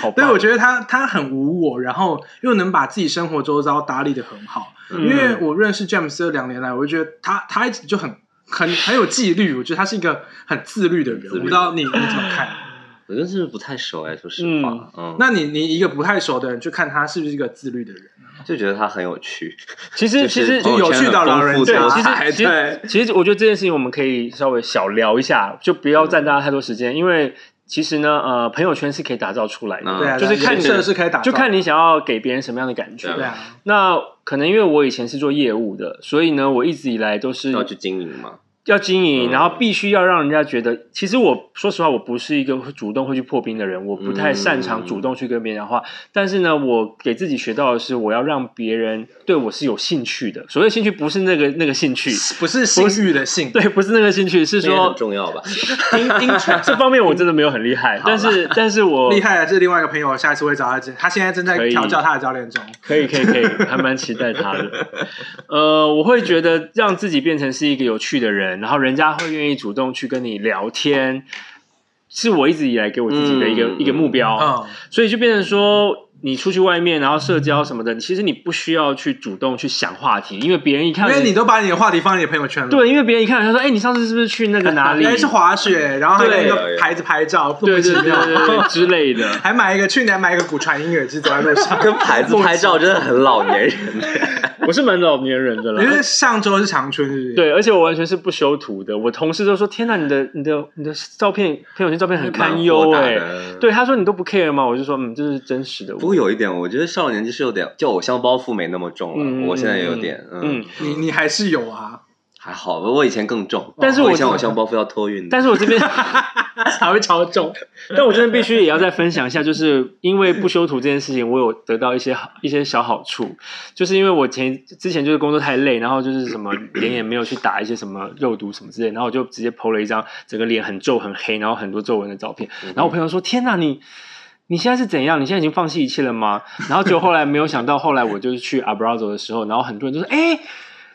S2: 好棒。
S1: 对，我觉得他他很无我，然后又能把自己生活周遭打理的很好。
S2: 嗯
S1: 因为我认识 James 这两年来，我就觉得他他一直就很很很有纪律，我觉得他是一个很自律的人。
S3: 自律
S1: 我不知道你你怎么看？
S3: 我跟是不太熟哎，说实话，嗯，
S1: 那你你一个不太熟的人去看他是不是一个自律的人？
S3: 就觉得他很有趣，
S2: 其实其实
S1: 就有哦趣的老人
S2: 对，
S1: 家
S2: 其
S1: 哎
S2: 实其实
S3: 对，
S2: 其实我觉得这件事情我们可以稍微小聊一下，就不要占大家太多时间，因为其实呢，呃，朋友圈是可以打造出来的，
S3: 嗯
S1: 对啊，
S2: 就是
S1: 人
S2: 看你
S1: 设是可以打造，
S2: 就看你想要给别人什么样的感觉。
S1: 对啊，
S2: 那可能因为我以前是做业务的，所以呢，我一直以来都是
S3: 要去经营嘛，
S2: 要经营，
S3: 嗯
S2: 然后必须要让人家觉得，其实我说实话，我不是一个会主动会去破冰的人，我不太擅长主动去跟别人讲
S3: 嗯
S2: 话。但是呢，我给自己学到的是，我要让别人对我是有兴趣的。所谓兴趣，不是那个那个兴趣，
S1: 不是性欲的性，
S2: 对，不是那个兴趣，是
S3: 这也很
S2: 说
S3: 重要吧？
S2: 这方面我真的没有很厉害，但是但是我
S1: 厉害的啊是另外一个朋友，下一次会找他见，他现在正在
S2: 可以
S1: 调教他的教练中。
S2: 可以，可以，可以，还蛮期待他的。呃，我会觉得让自己变成是一个有趣的人，然后人家会愿意主动去跟你聊天，是我一直以来给我自己的一个、
S3: 嗯
S2: 一个目标。
S1: 嗯，
S2: 所以就变成说，你出去外面，然后社交什么的，其实你不需要去主动去想话题，因为别人一
S1: 因
S2: 看，
S1: 为你都把你的话题放在你的朋友圈了。
S2: 对，因为别人一看，他说：“哎、你上次是不是去那个哪里？”
S1: 原来是滑雪，然后还跟一
S3: 对
S1: 个牌子拍照，莫
S2: 对
S1: 名
S2: 对
S1: 其
S2: 对对
S1: 妙，
S2: 对对之类的。
S1: 还买一个去年买一个骨传音耳机走在路上。
S3: 跟牌子拍照真的很老年人，
S2: 我是蛮老年人的 了
S1: 因，为上周是长春，是不是？，
S2: 对，而且我完全是不修图的。我同事都说：“天哪，你的、你的、你的照片，朋友圈照片很堪忧
S3: 蛮豁达
S2: 哎、
S3: 的
S2: 对，他说：“你都不 care 吗？”我就说：“嗯，这是真实的
S3: 不
S2: 我。
S3: 过有一点，我觉得上了年纪是有点，就偶像包袱没那么重了。
S2: 嗯”
S3: 我现在也有点，嗯，
S2: 嗯。
S1: 你你还是有啊，
S3: 还好吧。我以前更
S1: 哦
S3: 重，
S2: 但是我
S3: 以前偶像包袱要托运的。
S2: 但是我 这边，
S1: 才会超重。
S2: 但我这边必须也要再分享一下，就是因为不修图这件事情，我有得到一些好一些小好处，就是因为我前之前就是工作太累，然后就是什么脸也没有去打一些什么肉毒什么之类，然后我就直接 PO 了一张整个脸很皱很黑，然后很多皱纹的照片，
S1: 嗯
S2: 然后我朋友说：“天哪，你你现在是怎样？你现在已经放弃一切了吗？”然后就后来没有想到，后来我就是去 Abrazo 的时候，然后很多人就说：“哎、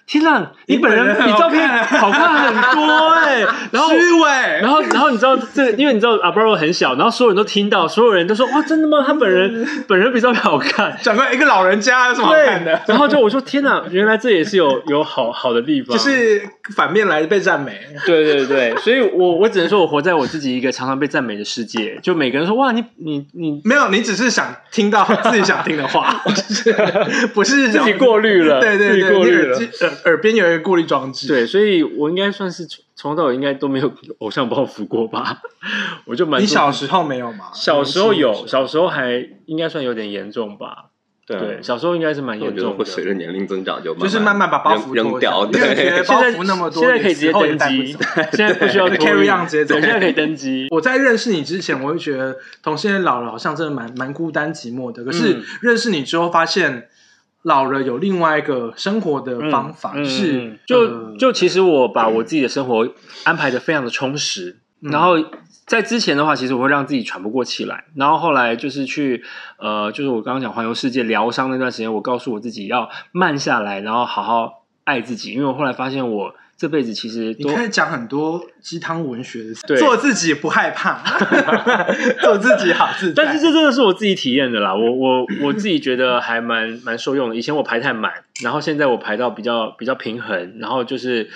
S2: 天哪，你
S1: 你
S2: 本
S1: 本
S2: 人
S1: 人很
S2: 比
S1: 好
S2: 照片
S1: 看啊
S2: 好看很多哎、然后。
S1: 虚伪，
S2: 然后，然后你知道这，因为你知道 Abrazo 很小，然后所有人都听到，所有人都说哇，真的吗？他本人 本人比照片好看，
S1: 转过来一个老人家有什么好看
S2: 对
S1: 的。？
S2: 然后就我说天哪，原来这也是有有好好的地方，
S1: 就是反面来被赞美，
S2: 对对对，所以我我只能说我活在我自己一个常常被赞美的世界，就每个人说哇，你你你
S1: 没有，你只是想听到自己想听的 话，就是不是
S2: 自己过滤了，
S1: 对对
S2: 自己
S1: 对，
S2: 过
S1: 你
S2: 滤
S1: 耳
S2: 了
S1: 机。耳耳边有一个过滤装置，
S2: 对，所以我应该算是从从头到尾应该都没有偶像包袱过吧，我就蛮
S1: 你小时候没有吗？
S2: 小时候有，小时候还应该算有点严重吧，
S3: 对啊
S2: 对，啊小时候应该是蛮
S3: 我
S2: 严
S3: 觉得
S2: 重
S3: 会
S2: 的。
S3: 随着年龄增长就
S1: 就是慢
S3: 慢
S1: 慢把包袱
S3: 扔
S1: 脱下
S3: 扔掉，
S1: 因为觉得
S3: 对。
S1: 包
S2: 现在
S1: 袱那么多，
S2: 现在可以直接
S1: 之后也
S2: 登
S1: 带不
S2: 机
S1: 走，
S2: 现在不 需要
S1: 对
S2: 托运
S1: carry on 直接走
S2: 对现在可以登机。
S1: 我在认识你之前，我会觉得同性恋老了好像真的蛮蛮孤单寂寞的。可是
S2: 嗯
S1: 认识你之后，发现老了有另外一个生活的 方法，
S2: 嗯
S1: 是、
S2: 嗯就
S1: 呃
S2: 就其实我把我自己的生活安排的非常的充实，
S1: 嗯
S2: 然后在之前的话，其实我会让自己喘不过气来，然后后来就是去呃，就是我刚刚讲环游世界疗伤那段时间，我告诉我自己要慢下来，然后好好爱自己，因为我后来发现我这辈子其实
S1: 你
S2: 都
S1: 可以讲很多鸡汤文学的事，
S2: 对
S1: 做自己不害 怕，做自己好自在。
S2: 但是这真的是我自己体验的啦，我我我自己觉得还蛮蛮受用的。以前我排太满，然后现在我排到比较比较平衡，然后就是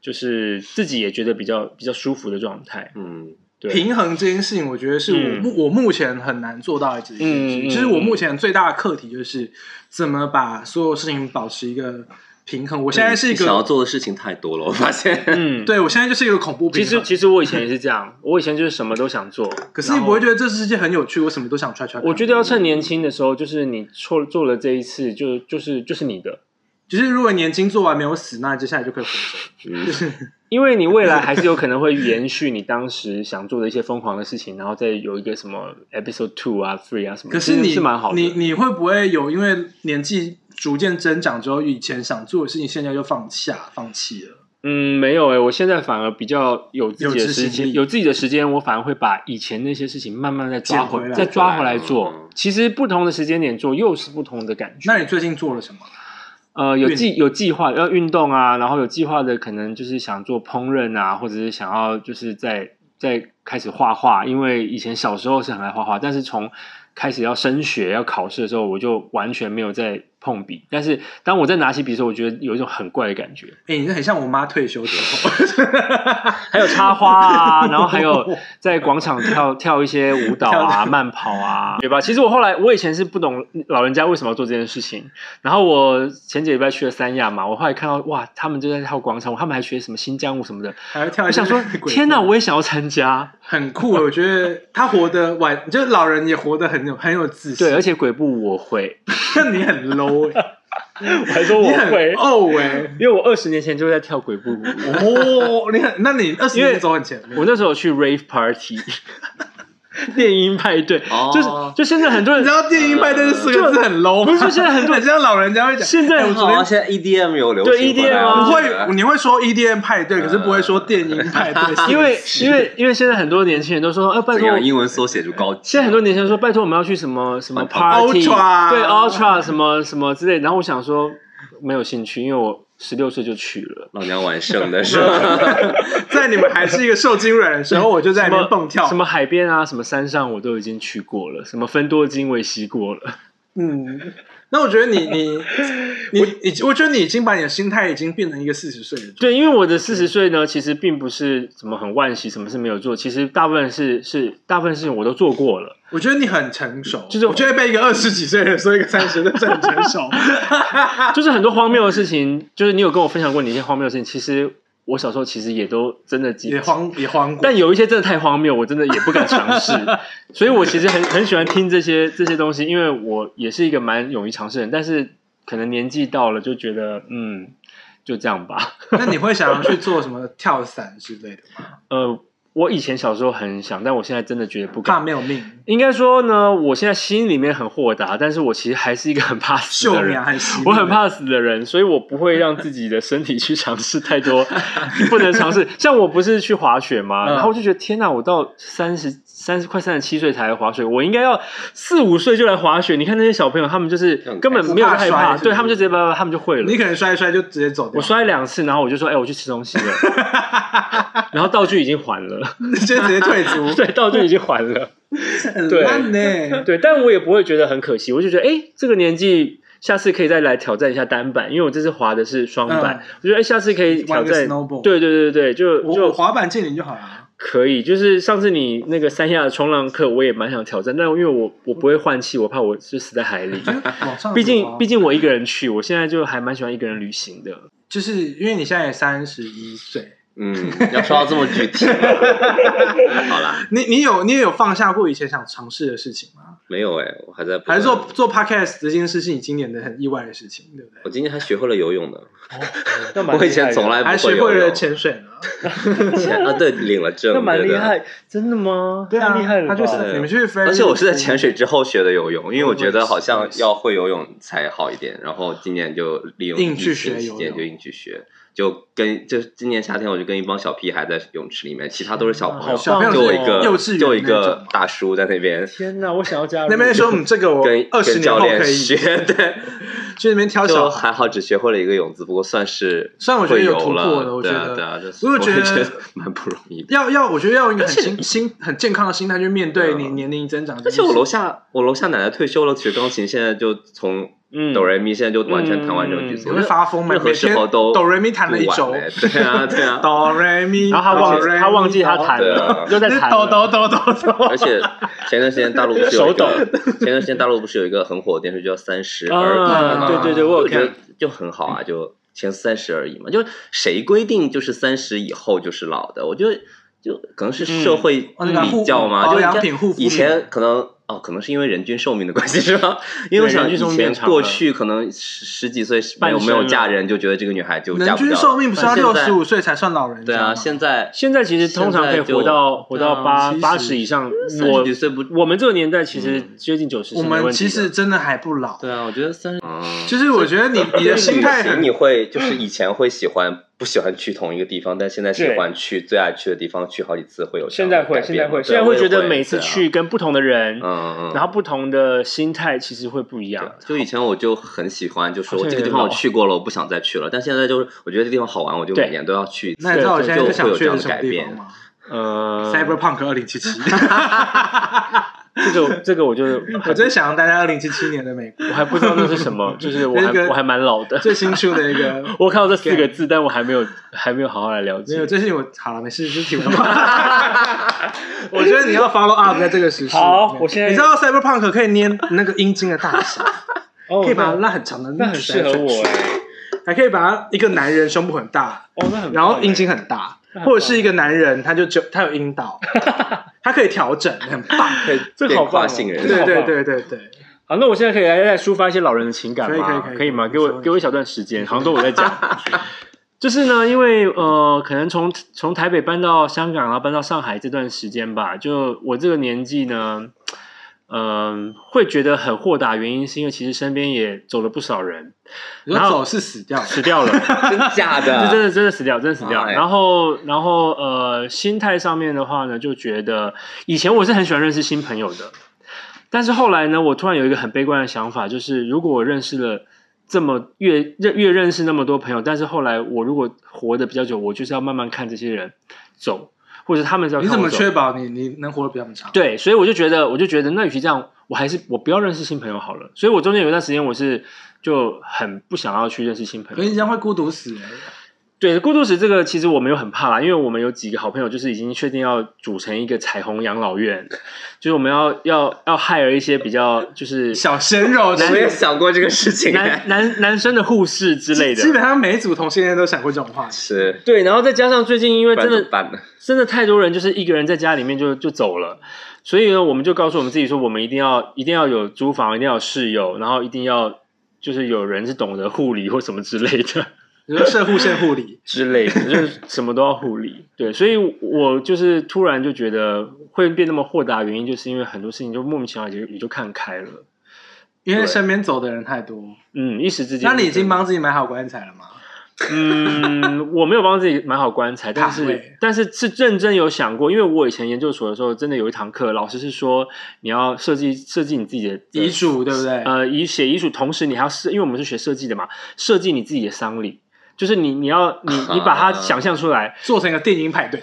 S2: 就是自己也觉得比较比较舒服的状态。
S3: 嗯，
S2: 对，
S1: 平衡这件事情，我觉得是我目、我目前很难做到的一件事
S2: 嗯嗯
S1: 情。就是我目前最大的课题就是怎么把所有事情保持一个平衡。我现在是一
S3: 你想要
S1: 个，
S3: 做的事情太多了，我发现。
S2: 嗯，。
S1: 对我现在就是一个恐怖平
S2: 其
S1: 衡。
S2: 实其实我以前也是这样，我以前就是什么都想做，
S1: 可是你不会觉
S2: 得？
S1: 得这世界很有趣，我什么都想揣揣看。
S2: 我觉得要趁年轻的时候，就是你错做了这一次，就就是就是你的，
S1: 就是如果年轻做完没有死，那接下来就可以活着。
S3: 嗯
S2: 因为你未来还是有可能会延续你当时想做的一些疯狂的事情，然后再有一个什么 episode two 啊、three 啊什么，
S1: 可
S2: 其
S1: 是
S2: 实
S1: 你
S2: 是蛮好的。
S1: 你你会不会有因为年纪逐渐增长之后，以前想做的事情现在就放下放弃了？
S2: 嗯，没有诶、我现在反而比较有自己的
S1: 有执行
S2: 时间，
S1: 力
S2: 有自己的时间，我反而会把以前那些事情慢慢再抓
S1: 捡
S2: 回
S1: 回来啊
S2: 再抓回来
S3: 嗯
S2: 做
S3: 嗯。
S2: 其实不同的时间点做，又是不同的感觉。
S1: 那你最近做了什么？
S2: 呃，有计有计划要运动啊，然后有计划的可能就是想做烹饪啊，或者是想要就是在在开始画画，因为以前小时候是很爱画画，但是从开始要升学要考试的时候，我就完全没有再碰笔。但是当我在拿起笔的时候，我觉得有一种很怪的感觉。
S1: 哎、你这很像我妈退休之后，
S2: 还有插花啊，然后 还有在广场跳跳一些舞蹈啊、
S1: 跳
S2: 慢跑啊，对吧？其实我后来我以前是不懂老人家为什么要做这件事情，然后我前几个礼拜去了三亚嘛，我后来看到哇，他们就在跳广场舞，他们还学什么新疆舞什么的，
S1: 还会跳
S2: 我
S1: 一些
S2: 想说
S1: 鬼步
S2: 天哪，我也想要参加。
S1: 很酷。欸我觉得她活得晚，就是老人也活得很有很有自信。
S2: 对，而且鬼步我会，
S1: 那你很 low 哎、
S2: 我还 说我
S1: 你很
S2: 会，
S1: 哦哎，
S2: 因为我二十年前就在跳鬼步舞，
S1: 哦，你很，那你二十
S2: 因为
S1: 年走很前面，
S2: 我那时候有去 rave party，电音派对，
S3: 哦
S2: 就是就现在很多
S1: 你
S2: 人
S1: 知，道电音派对这四个字很 low，吗
S2: 不是现在很多
S1: 很像老人家会讲，
S2: 现在
S1: 哎我
S2: 很
S1: 昨
S3: 好
S1: 天
S3: 像现在 EDM 有流行
S1: E
S2: 对 EDM 啊
S1: 不
S3: 不
S1: 会，你会说 EDM 派对，可是不会说电音派对，
S2: 因为因为因为现在很多年轻人都说，呃，拜
S3: 怎
S2: 托，
S3: 样英文缩写就高级。
S2: 现在很多年轻人说，拜托我们要去什么什么 party，
S1: 哦 Ultra
S2: 对 ultra 什么什么之类的，然后我想说没有兴趣，因为我十六岁就去了。
S3: 老娘玩剩 的是吧？
S1: 在你们还是一个受精卵的时候，我就在
S2: 什
S1: 里
S2: 么
S1: 面蹦跳
S2: 什。么海边啊，什么山上我都已经去过了，什么分多金我也吸过了。
S1: 嗯，那我觉得你你你你，我觉得你已经把你的心态已经变成一个四十岁的人。
S2: 对，因为我的四十岁呢，其实并不是怎么很惋惜，什么事没有做，其实大部分是是大部分事情我都做 过了。
S1: 我觉得你很成熟，
S2: 就是
S1: 我觉得被一个二十几岁的人说一个三十岁的很成 熟。
S2: 就是很多荒谬的事情，就是你有跟我分享过你一些荒谬的事情，其实我小时候其实也都真的
S1: 也慌也慌过，
S2: 但有一些真的太荒谬，我真的也不敢尝 试。所以我其实很很喜欢听这些这些东西，因为我也是一个蛮勇于尝试的人，但是可能年纪到了就觉得嗯，就这样吧。
S1: 那你会想要去做什么跳伞之类的吗？
S2: 呃，我以前小时候很想，但我现在真的觉得不
S1: 怕
S2: 敢。
S1: 没有命，
S2: 应该说呢，我现在心里面很豁达，但是我其实还是一个很怕死
S1: 秀
S2: 的人
S1: 娘。还是
S2: 我很怕死的人，所以我不会让自己的身体去尝试太 多不能尝试。像我不是去滑雪吗？
S1: 嗯
S2: 然后我就觉得天哪，我到三十三十快三十七岁才来滑雪，我应该要四五岁就来滑雪。你看那些小朋友，他们就是
S3: 很
S2: 根本没有
S1: 不怕
S2: 害
S1: 摔
S2: 怕，
S1: 是不是
S2: 对他们就直接叭叭叭，他们就会了
S1: 你。可能摔一摔就直接走掉。
S2: 我摔两次，然后我就说：“哎、我去吃东西了。” 然后道具已经还了，
S1: 你 就直接退出，
S2: 对，道具已经还了，
S1: 很烂呢。
S2: 对，但我也不会觉得很可惜，我就觉得，哎、这个年纪下次可以再来挑战一下单板，因为我这次滑的是双板，
S1: 嗯
S2: 我觉得，哎、下次可以挑
S1: 玩个
S2: 战
S1: snowboard
S2: 对对对对，就
S1: 我我
S2: 就
S1: 滑板借你就好 了。
S2: 可以。就是上次你那个三亚的冲浪课，我也蛮想挑战，但因为我我不会换气，我怕我就死在海里。
S1: 往上走啊，
S2: 毕竟毕竟我一个人去，我现在就还蛮喜欢一个人旅行的。
S1: 就是因为你现在也三十一岁，
S3: 嗯，要说到这么具体吗，好啦，
S1: 你你有你也有放下过以前想尝试的事情吗？
S3: 没有哎、我还在不
S1: 还是
S3: 断
S1: 做做 podcast 这件事是你今年的很意外的事情，对不
S3: 我
S1: 对？
S3: 今天还学会了游泳呢，
S2: 那蛮
S3: 我
S2: 厉
S3: 以
S2: 害
S3: 前
S2: 的
S3: 从来不
S1: 还
S3: 会
S1: 学
S3: 游
S1: 会了
S3: 泳。
S1: 潜水呢。
S3: 前啊，对，领了证，
S2: 那蛮
S3: 对
S2: 厉
S3: 的。
S2: 害，真的吗？
S1: 对啊，
S2: 太厉害了吧，
S1: 他就是
S3: 对
S1: 你们去菲律宾，
S3: 而且我是在潜水之后学的游泳，因为我觉得好
S1: 我
S3: 像
S1: 也是
S3: 要会游泳才好一点，然后今年就利用
S1: 硬去
S3: 疫情
S1: 学游
S3: 期间
S1: 泳
S3: 就硬去学，就跟就今年夏天我就跟一帮小屁孩在泳池里面，其他都是小
S1: 嗯
S3: 朋友，
S2: 好棒哦
S3: 就我一个
S1: 幼稚园
S3: 就我一
S1: 那种
S3: 个大叔在那边
S2: 天哪，我想要加入
S1: 那边说，嗯，这个我
S3: 跟
S1: 二十
S3: 跟
S1: 年
S3: 教
S1: 后
S3: 练
S1: 可以
S3: 学， 对，
S1: 去那边挑小
S3: 就
S1: 孩。
S3: 还好只学会了一个泳字，不过算是
S1: 虽然我觉得
S3: 会
S1: 有
S3: 游
S1: 突破
S3: 了，
S1: 的我
S3: 对
S1: 觉
S3: 啊
S1: 得
S3: 对啊，就是
S1: 我
S3: 我
S1: 觉得
S3: 蛮不容易的。
S1: 要要，我觉得要用一个很心心很健康的心态去面对你
S3: 嗯
S1: 年龄增长这
S3: 而
S1: 件事
S3: 且
S1: 情。
S3: 我楼下我楼下奶奶退休了，学钢琴，现在就从
S2: 嗯
S3: 哆来咪现在就完全弹完整句
S2: 嗯
S3: 子，我
S1: 会
S3: 觉得
S1: 发疯吗？
S3: 任何
S1: 每
S3: 时
S1: 天
S3: 候都
S1: 哆瑞咪弹了一
S3: 不
S1: 周
S3: 晚，欸对啊 对啊，
S1: 哆瑞咪，
S2: 然后他忘
S1: 哆
S2: 记
S1: 瑞咪
S2: 他忘记他弹了，又在
S1: 就是
S2: 弹
S1: 抖
S2: 了。
S1: 抖抖抖抖。
S3: 而且前段时间大陆不是有
S2: 手
S3: 一
S2: 抖
S3: 个前段时间大陆不是有一个很火的电视剧叫《三十而已》
S2: 啊，
S3: 吗？
S2: 对对对，我有
S3: 我觉得
S2: 看。
S3: 就很好啊，就前三十而已嘛。就谁规定就是三十以后就是老的？我觉得就可能是社会
S1: 哦那个护
S3: 比较嘛，
S1: 保
S3: 就
S1: 养
S3: 人家
S1: 品护肤
S3: 以前可能。哦，可能是因为人均寿命的关系是吧？因为我
S2: 对
S3: 想
S2: 人
S3: 以
S2: 均寿命变
S3: 前
S2: 长了
S3: 过去可能十十几岁没有
S2: 半生
S3: 没有
S2: 了
S3: 嫁人，就觉得这个女孩就嫁
S1: 人
S3: 不掉
S1: 均
S3: 了。
S1: 寿命不是要
S3: 但现
S1: 六
S3: 在
S1: 十五岁才算老人家
S3: 对啊，
S1: 吗
S3: 现在
S2: 现在其实通常可以活到活
S3: 现在就
S2: 到八
S1: 对啊
S2: 八十以上，
S3: 三十
S2: 我
S3: 几岁不
S2: 我们这个年代其实接近九十，
S1: 我们其实真的还不老。
S3: 对啊，我觉得三十，
S1: 其实我觉得你你的心态
S3: 旅行
S1: 很
S3: 你会就是以前会喜欢不喜欢去同一个地方，但现在喜欢去最爱去的地方，去好几次会有这
S2: 现
S3: 样
S2: 在
S3: 的
S2: 会
S3: 改
S2: 现
S3: 变
S2: 在
S3: 嘛
S2: 会
S3: 对
S2: 现在
S3: 我
S2: 会
S3: 也
S2: 觉
S3: 会
S2: 得每次去，跟不同的人
S3: 对啊，嗯嗯，
S2: 然后不同的心态其实会不一样。
S3: 就以前我就很喜欢，就说
S2: 好像
S3: 这个地
S2: 有
S3: 方我
S2: 点
S3: 去过了，我不想再去了。但现在就是我觉得这地方好玩，我就
S2: 对
S3: 每年都要去一次。
S1: 那你知道我现在
S3: 就
S1: 最
S3: 会
S1: 想
S3: 有
S1: 去
S3: 这样
S1: 的什
S3: 的
S1: 么
S3: 改
S1: 地方
S3: 变。
S1: 吗
S2: 呃，
S3: 嗯
S1: ？Cyberpunk 二零七 七，
S2: 这个这个我就
S1: 我真想要待在二零七七年的美国，
S2: 我还不知道那是什么，就是我
S1: 那个
S2: 还我还蛮老的。
S1: 最新出的一 个。
S2: 我看到这四个字，但我还没有还没有好好来了
S1: 没有，
S2: 解。
S1: 最近我好了，没事，就是题外 话。我觉得你要 follow up 在这个时事里面。
S2: 好我现在
S1: 你知道 Cyberpunk 可以捏那个阴茎的大 小，
S2: 哦
S1: 可以把
S2: 那
S1: 那很长的
S2: 那很适合我哎，
S1: 还可以把它一个男人胸部很大，
S2: 哦，那很
S1: 然后
S2: 棒
S1: 阴
S2: 哎
S1: 茎很大，
S2: 那很棒
S1: 或者是一个男人他就就他有 阴道，他可以调整，很棒。
S3: 可以
S2: 这
S3: 变
S2: 好棒
S3: 跨
S2: 哦
S3: 性人，
S2: 这
S1: 对
S2: 好
S1: 对
S2: 棒
S1: 对对对，
S2: 好，那我现在可以来来抒发一些老人的情感
S1: 可以
S2: 吗？
S1: 可以可以
S2: 吗？
S1: 你
S2: 给我
S1: 说
S2: 给我一小段时间，杭州我 在讲。就是呢，因为呃，可能从从台北搬到香港，然啊后搬到上海这段时间吧，就我这个年纪呢，嗯、会觉得很豁达，原因是因为其实身边也走了不少人，
S1: 你说
S2: 然后
S1: 走是死掉，
S2: 死掉了，
S3: 真假
S1: 啊
S2: 这真
S3: 的？
S2: 的真的死掉，真的死掉。
S3: 哎
S2: 然后，然后呃，心态上面的话呢，就觉得以前我是很喜欢认识新朋友的，但是后来呢，我突然有一个很悲观的想法，就是如果我认识了这么越认越认识那么多朋友，但是后来我如果活得比较久，我就是要慢慢看这些人走，或者他们是要
S1: 你
S2: 看我
S1: 怎么
S2: 走
S1: 确保你你能活得比他们长？
S2: 对，所以我就觉得，我就觉得，那与其这样，我还是我不要认识新朋友好了。所以我中间有一段时间，我是就很不想要去认识新朋友
S1: 可。是你这样会孤独死欸。
S2: 对，孤独死这个其实我没有很怕啦，因为我们有几个好朋友就是已经确定要组成一个彩虹养老院，就是我们要要要害了一些比较就是
S1: 小鲜肉之
S3: 我没
S1: 类
S3: 有
S1: 的，
S3: 想过这个事情，哎
S2: 男男男生的护士之类
S1: 基本
S2: 的。
S1: 上每一组同性恋都想过这种话题。
S3: 是，
S2: 对，然后再加上最近因为
S3: 不然
S2: 真
S3: 怎么
S2: 的
S3: 办呢？
S2: 真的太多人就是一个人在家里面就就走了，所以呢，我们就告诉我们自己说，我们一定要一定要有租房，一定要有室友，然后一定要就是有人是懂得护理或什么之类的。
S1: 你说射护线护理，
S2: 之类的，就是什么都要护理。对，所以我就是突然就觉得会变那么豁达，原因就是因为很多事情就莫名其妙也就也就看开了。
S1: 因为
S2: 对
S1: 身边走的人太多。
S2: 嗯，一时之间。
S1: 那你已经？帮自己买好棺材了吗？
S2: 嗯，我没有帮自己买好棺材，但
S1: 卡
S2: 是
S1: 位
S2: 但是是认真有想过，因为我以前研究所的时候，真的有一堂课，老师是说你要设计设计你自己的
S1: 遗嘱对不嗯对？
S2: 呃，遗写遗嘱，同时你还要设，因为我们是学设计的嘛，设计你自己的丧礼，就是你你要你你把
S1: 啊
S2: 它想象出来，
S1: 做成一个电音派对，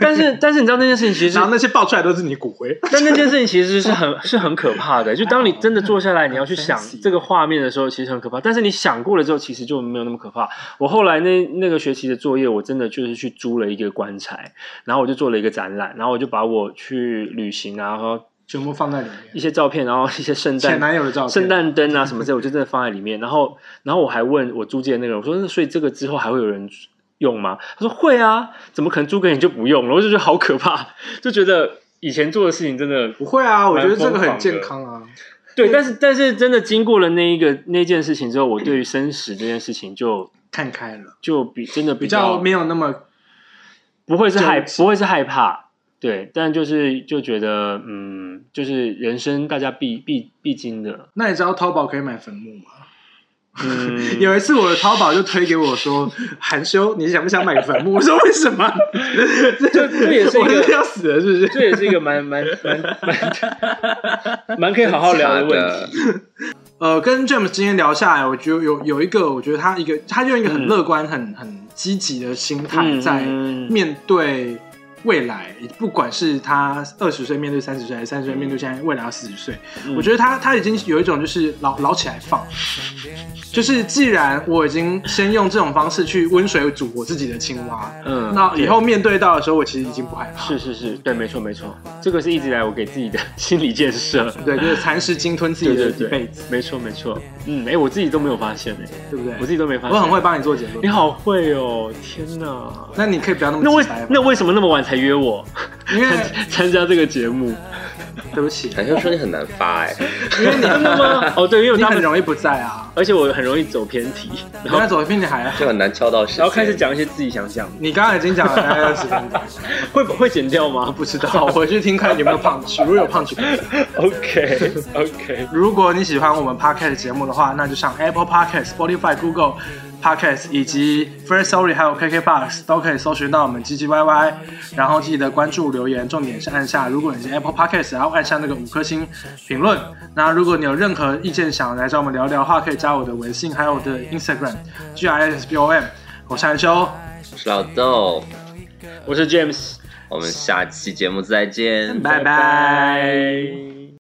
S2: 但是但是你知道那件事情其实
S1: 然后那些爆出来都是你骨灰。
S2: 但那件事情其实是很 是很可怕的，就当你真的坐下来，你要去想
S1: Fancy
S2: 这个画面的时候，其实很可怕。但是你想过了之后，其实就没有那么可怕。我后来那那个学期的作业，我真的就是去租了一个棺材，然后我就做了一个展览，然后我就把我去旅行啊，然后
S1: 全部放在里
S2: 一
S1: 面。
S2: 些照片，然后一些圣
S1: 前
S2: 诞
S1: 男友的照片，
S2: 圣诞灯啊什么之类，我就真的放在里面。然后，然后我还问我租借的那个人，我说：“那所以这个之后还会有人用吗？”他说：“会啊，怎么可能租给你就不用了？”我就觉得好可怕，就觉得以前做的事情真的
S1: 不会啊，我觉得
S2: 蛮
S1: 这
S2: 疯
S1: 个
S2: 狂
S1: 很健
S2: 的
S1: 康啊。
S2: 对。但是，但是真的经过了那一个那件事情之后，我对于生死这件事情就
S1: 看开了，
S2: 就比真的
S1: 比
S2: 比
S1: 较
S2: 较
S1: 没有那么
S2: 不会是害
S1: 纠
S2: 不会是害怕。对，但就是就觉得，嗯，就是人生大家必必必经的，
S1: 那你知道淘宝可以买坟墓吗？
S2: 嗯，
S1: 有一次我的淘宝就推给我说：“ 含羞，你想不想买个坟墓？”我说：“为什么？
S2: 这这也是一
S1: 我
S2: 个
S1: 真的要死了，是不是
S2: 这也是一个蛮蛮蛮蛮蛮可以好好聊的
S3: 啊
S2: 问题。？”
S1: 呃，跟 James 今天聊下来，我觉得有有一个，我觉得他一个，他用一个很
S2: 嗯
S1: 乐观、很很积极的心态
S2: 嗯，
S1: 在
S2: 嗯
S1: 面对未来，不管是他二十岁面对三十岁，还是三十岁面对现在未来四十岁，
S2: 嗯
S1: 我觉得他他已经有一种就是老老起来放，就是既然我已经先用这种方式去温水煮我自己的青蛙，
S2: 嗯
S1: 那以后面对到的时候，我其实已经不害怕。
S2: 是是是，对，没错没错，这个是一直以来我给自己的心理建设。
S1: 对，就是蚕食鲸吞自己
S2: 对
S1: 的
S2: 对
S1: 一辈
S2: 对
S1: 子，，
S2: 没错没错，嗯，哎，我自己都没有发现哎，
S1: 对不对？
S2: 我自己都没发
S1: 我
S2: 现，
S1: 很会，帮你做结
S2: 你
S1: 论。
S2: 好会哦，天哪！
S1: 那你可以不要那
S2: 那
S1: 么
S2: 为
S1: 直白吗？
S2: 那为什么那么晚才约我
S1: 因为
S2: 参加这个节目？
S1: 对不起，
S3: 韩生说你很难发哎，
S1: 因为你
S2: 真的吗？ 哦，对，因为我
S1: 你
S2: 他
S1: 很
S2: 们，
S1: 容易不在啊。
S2: 而且我很容易走偏题，
S1: 你
S2: 然后
S1: 刚才走偏你还好，
S3: 就很难敲到时间。
S2: 然后开始，讲一些自己想讲的，
S1: 你刚刚已经讲了大概二十分钟，
S2: 会会剪掉 吗？
S1: 不知道，我回去听看有没有胖曲，如果有胖曲。
S2: OK OK，
S1: 如果你喜欢我们 Podcast 节目的话，那就上 Apple Podcast、Spotify、Google Podcast 以及 First Story 还有 KKBox 都可以搜寻到我们 GGYY，然后记得关注留言，重点是按下如果你是 Apple Podcast，然后按下那个五颗星评论。那如果你有任何意见想来找我们聊聊的话，可以加我的微信，还有我的 Instagram G I S B O M。我是韩修，
S3: 我是老豆，
S2: 我是 James，
S3: 我们下期节目再见，
S1: 拜拜。
S2: 拜。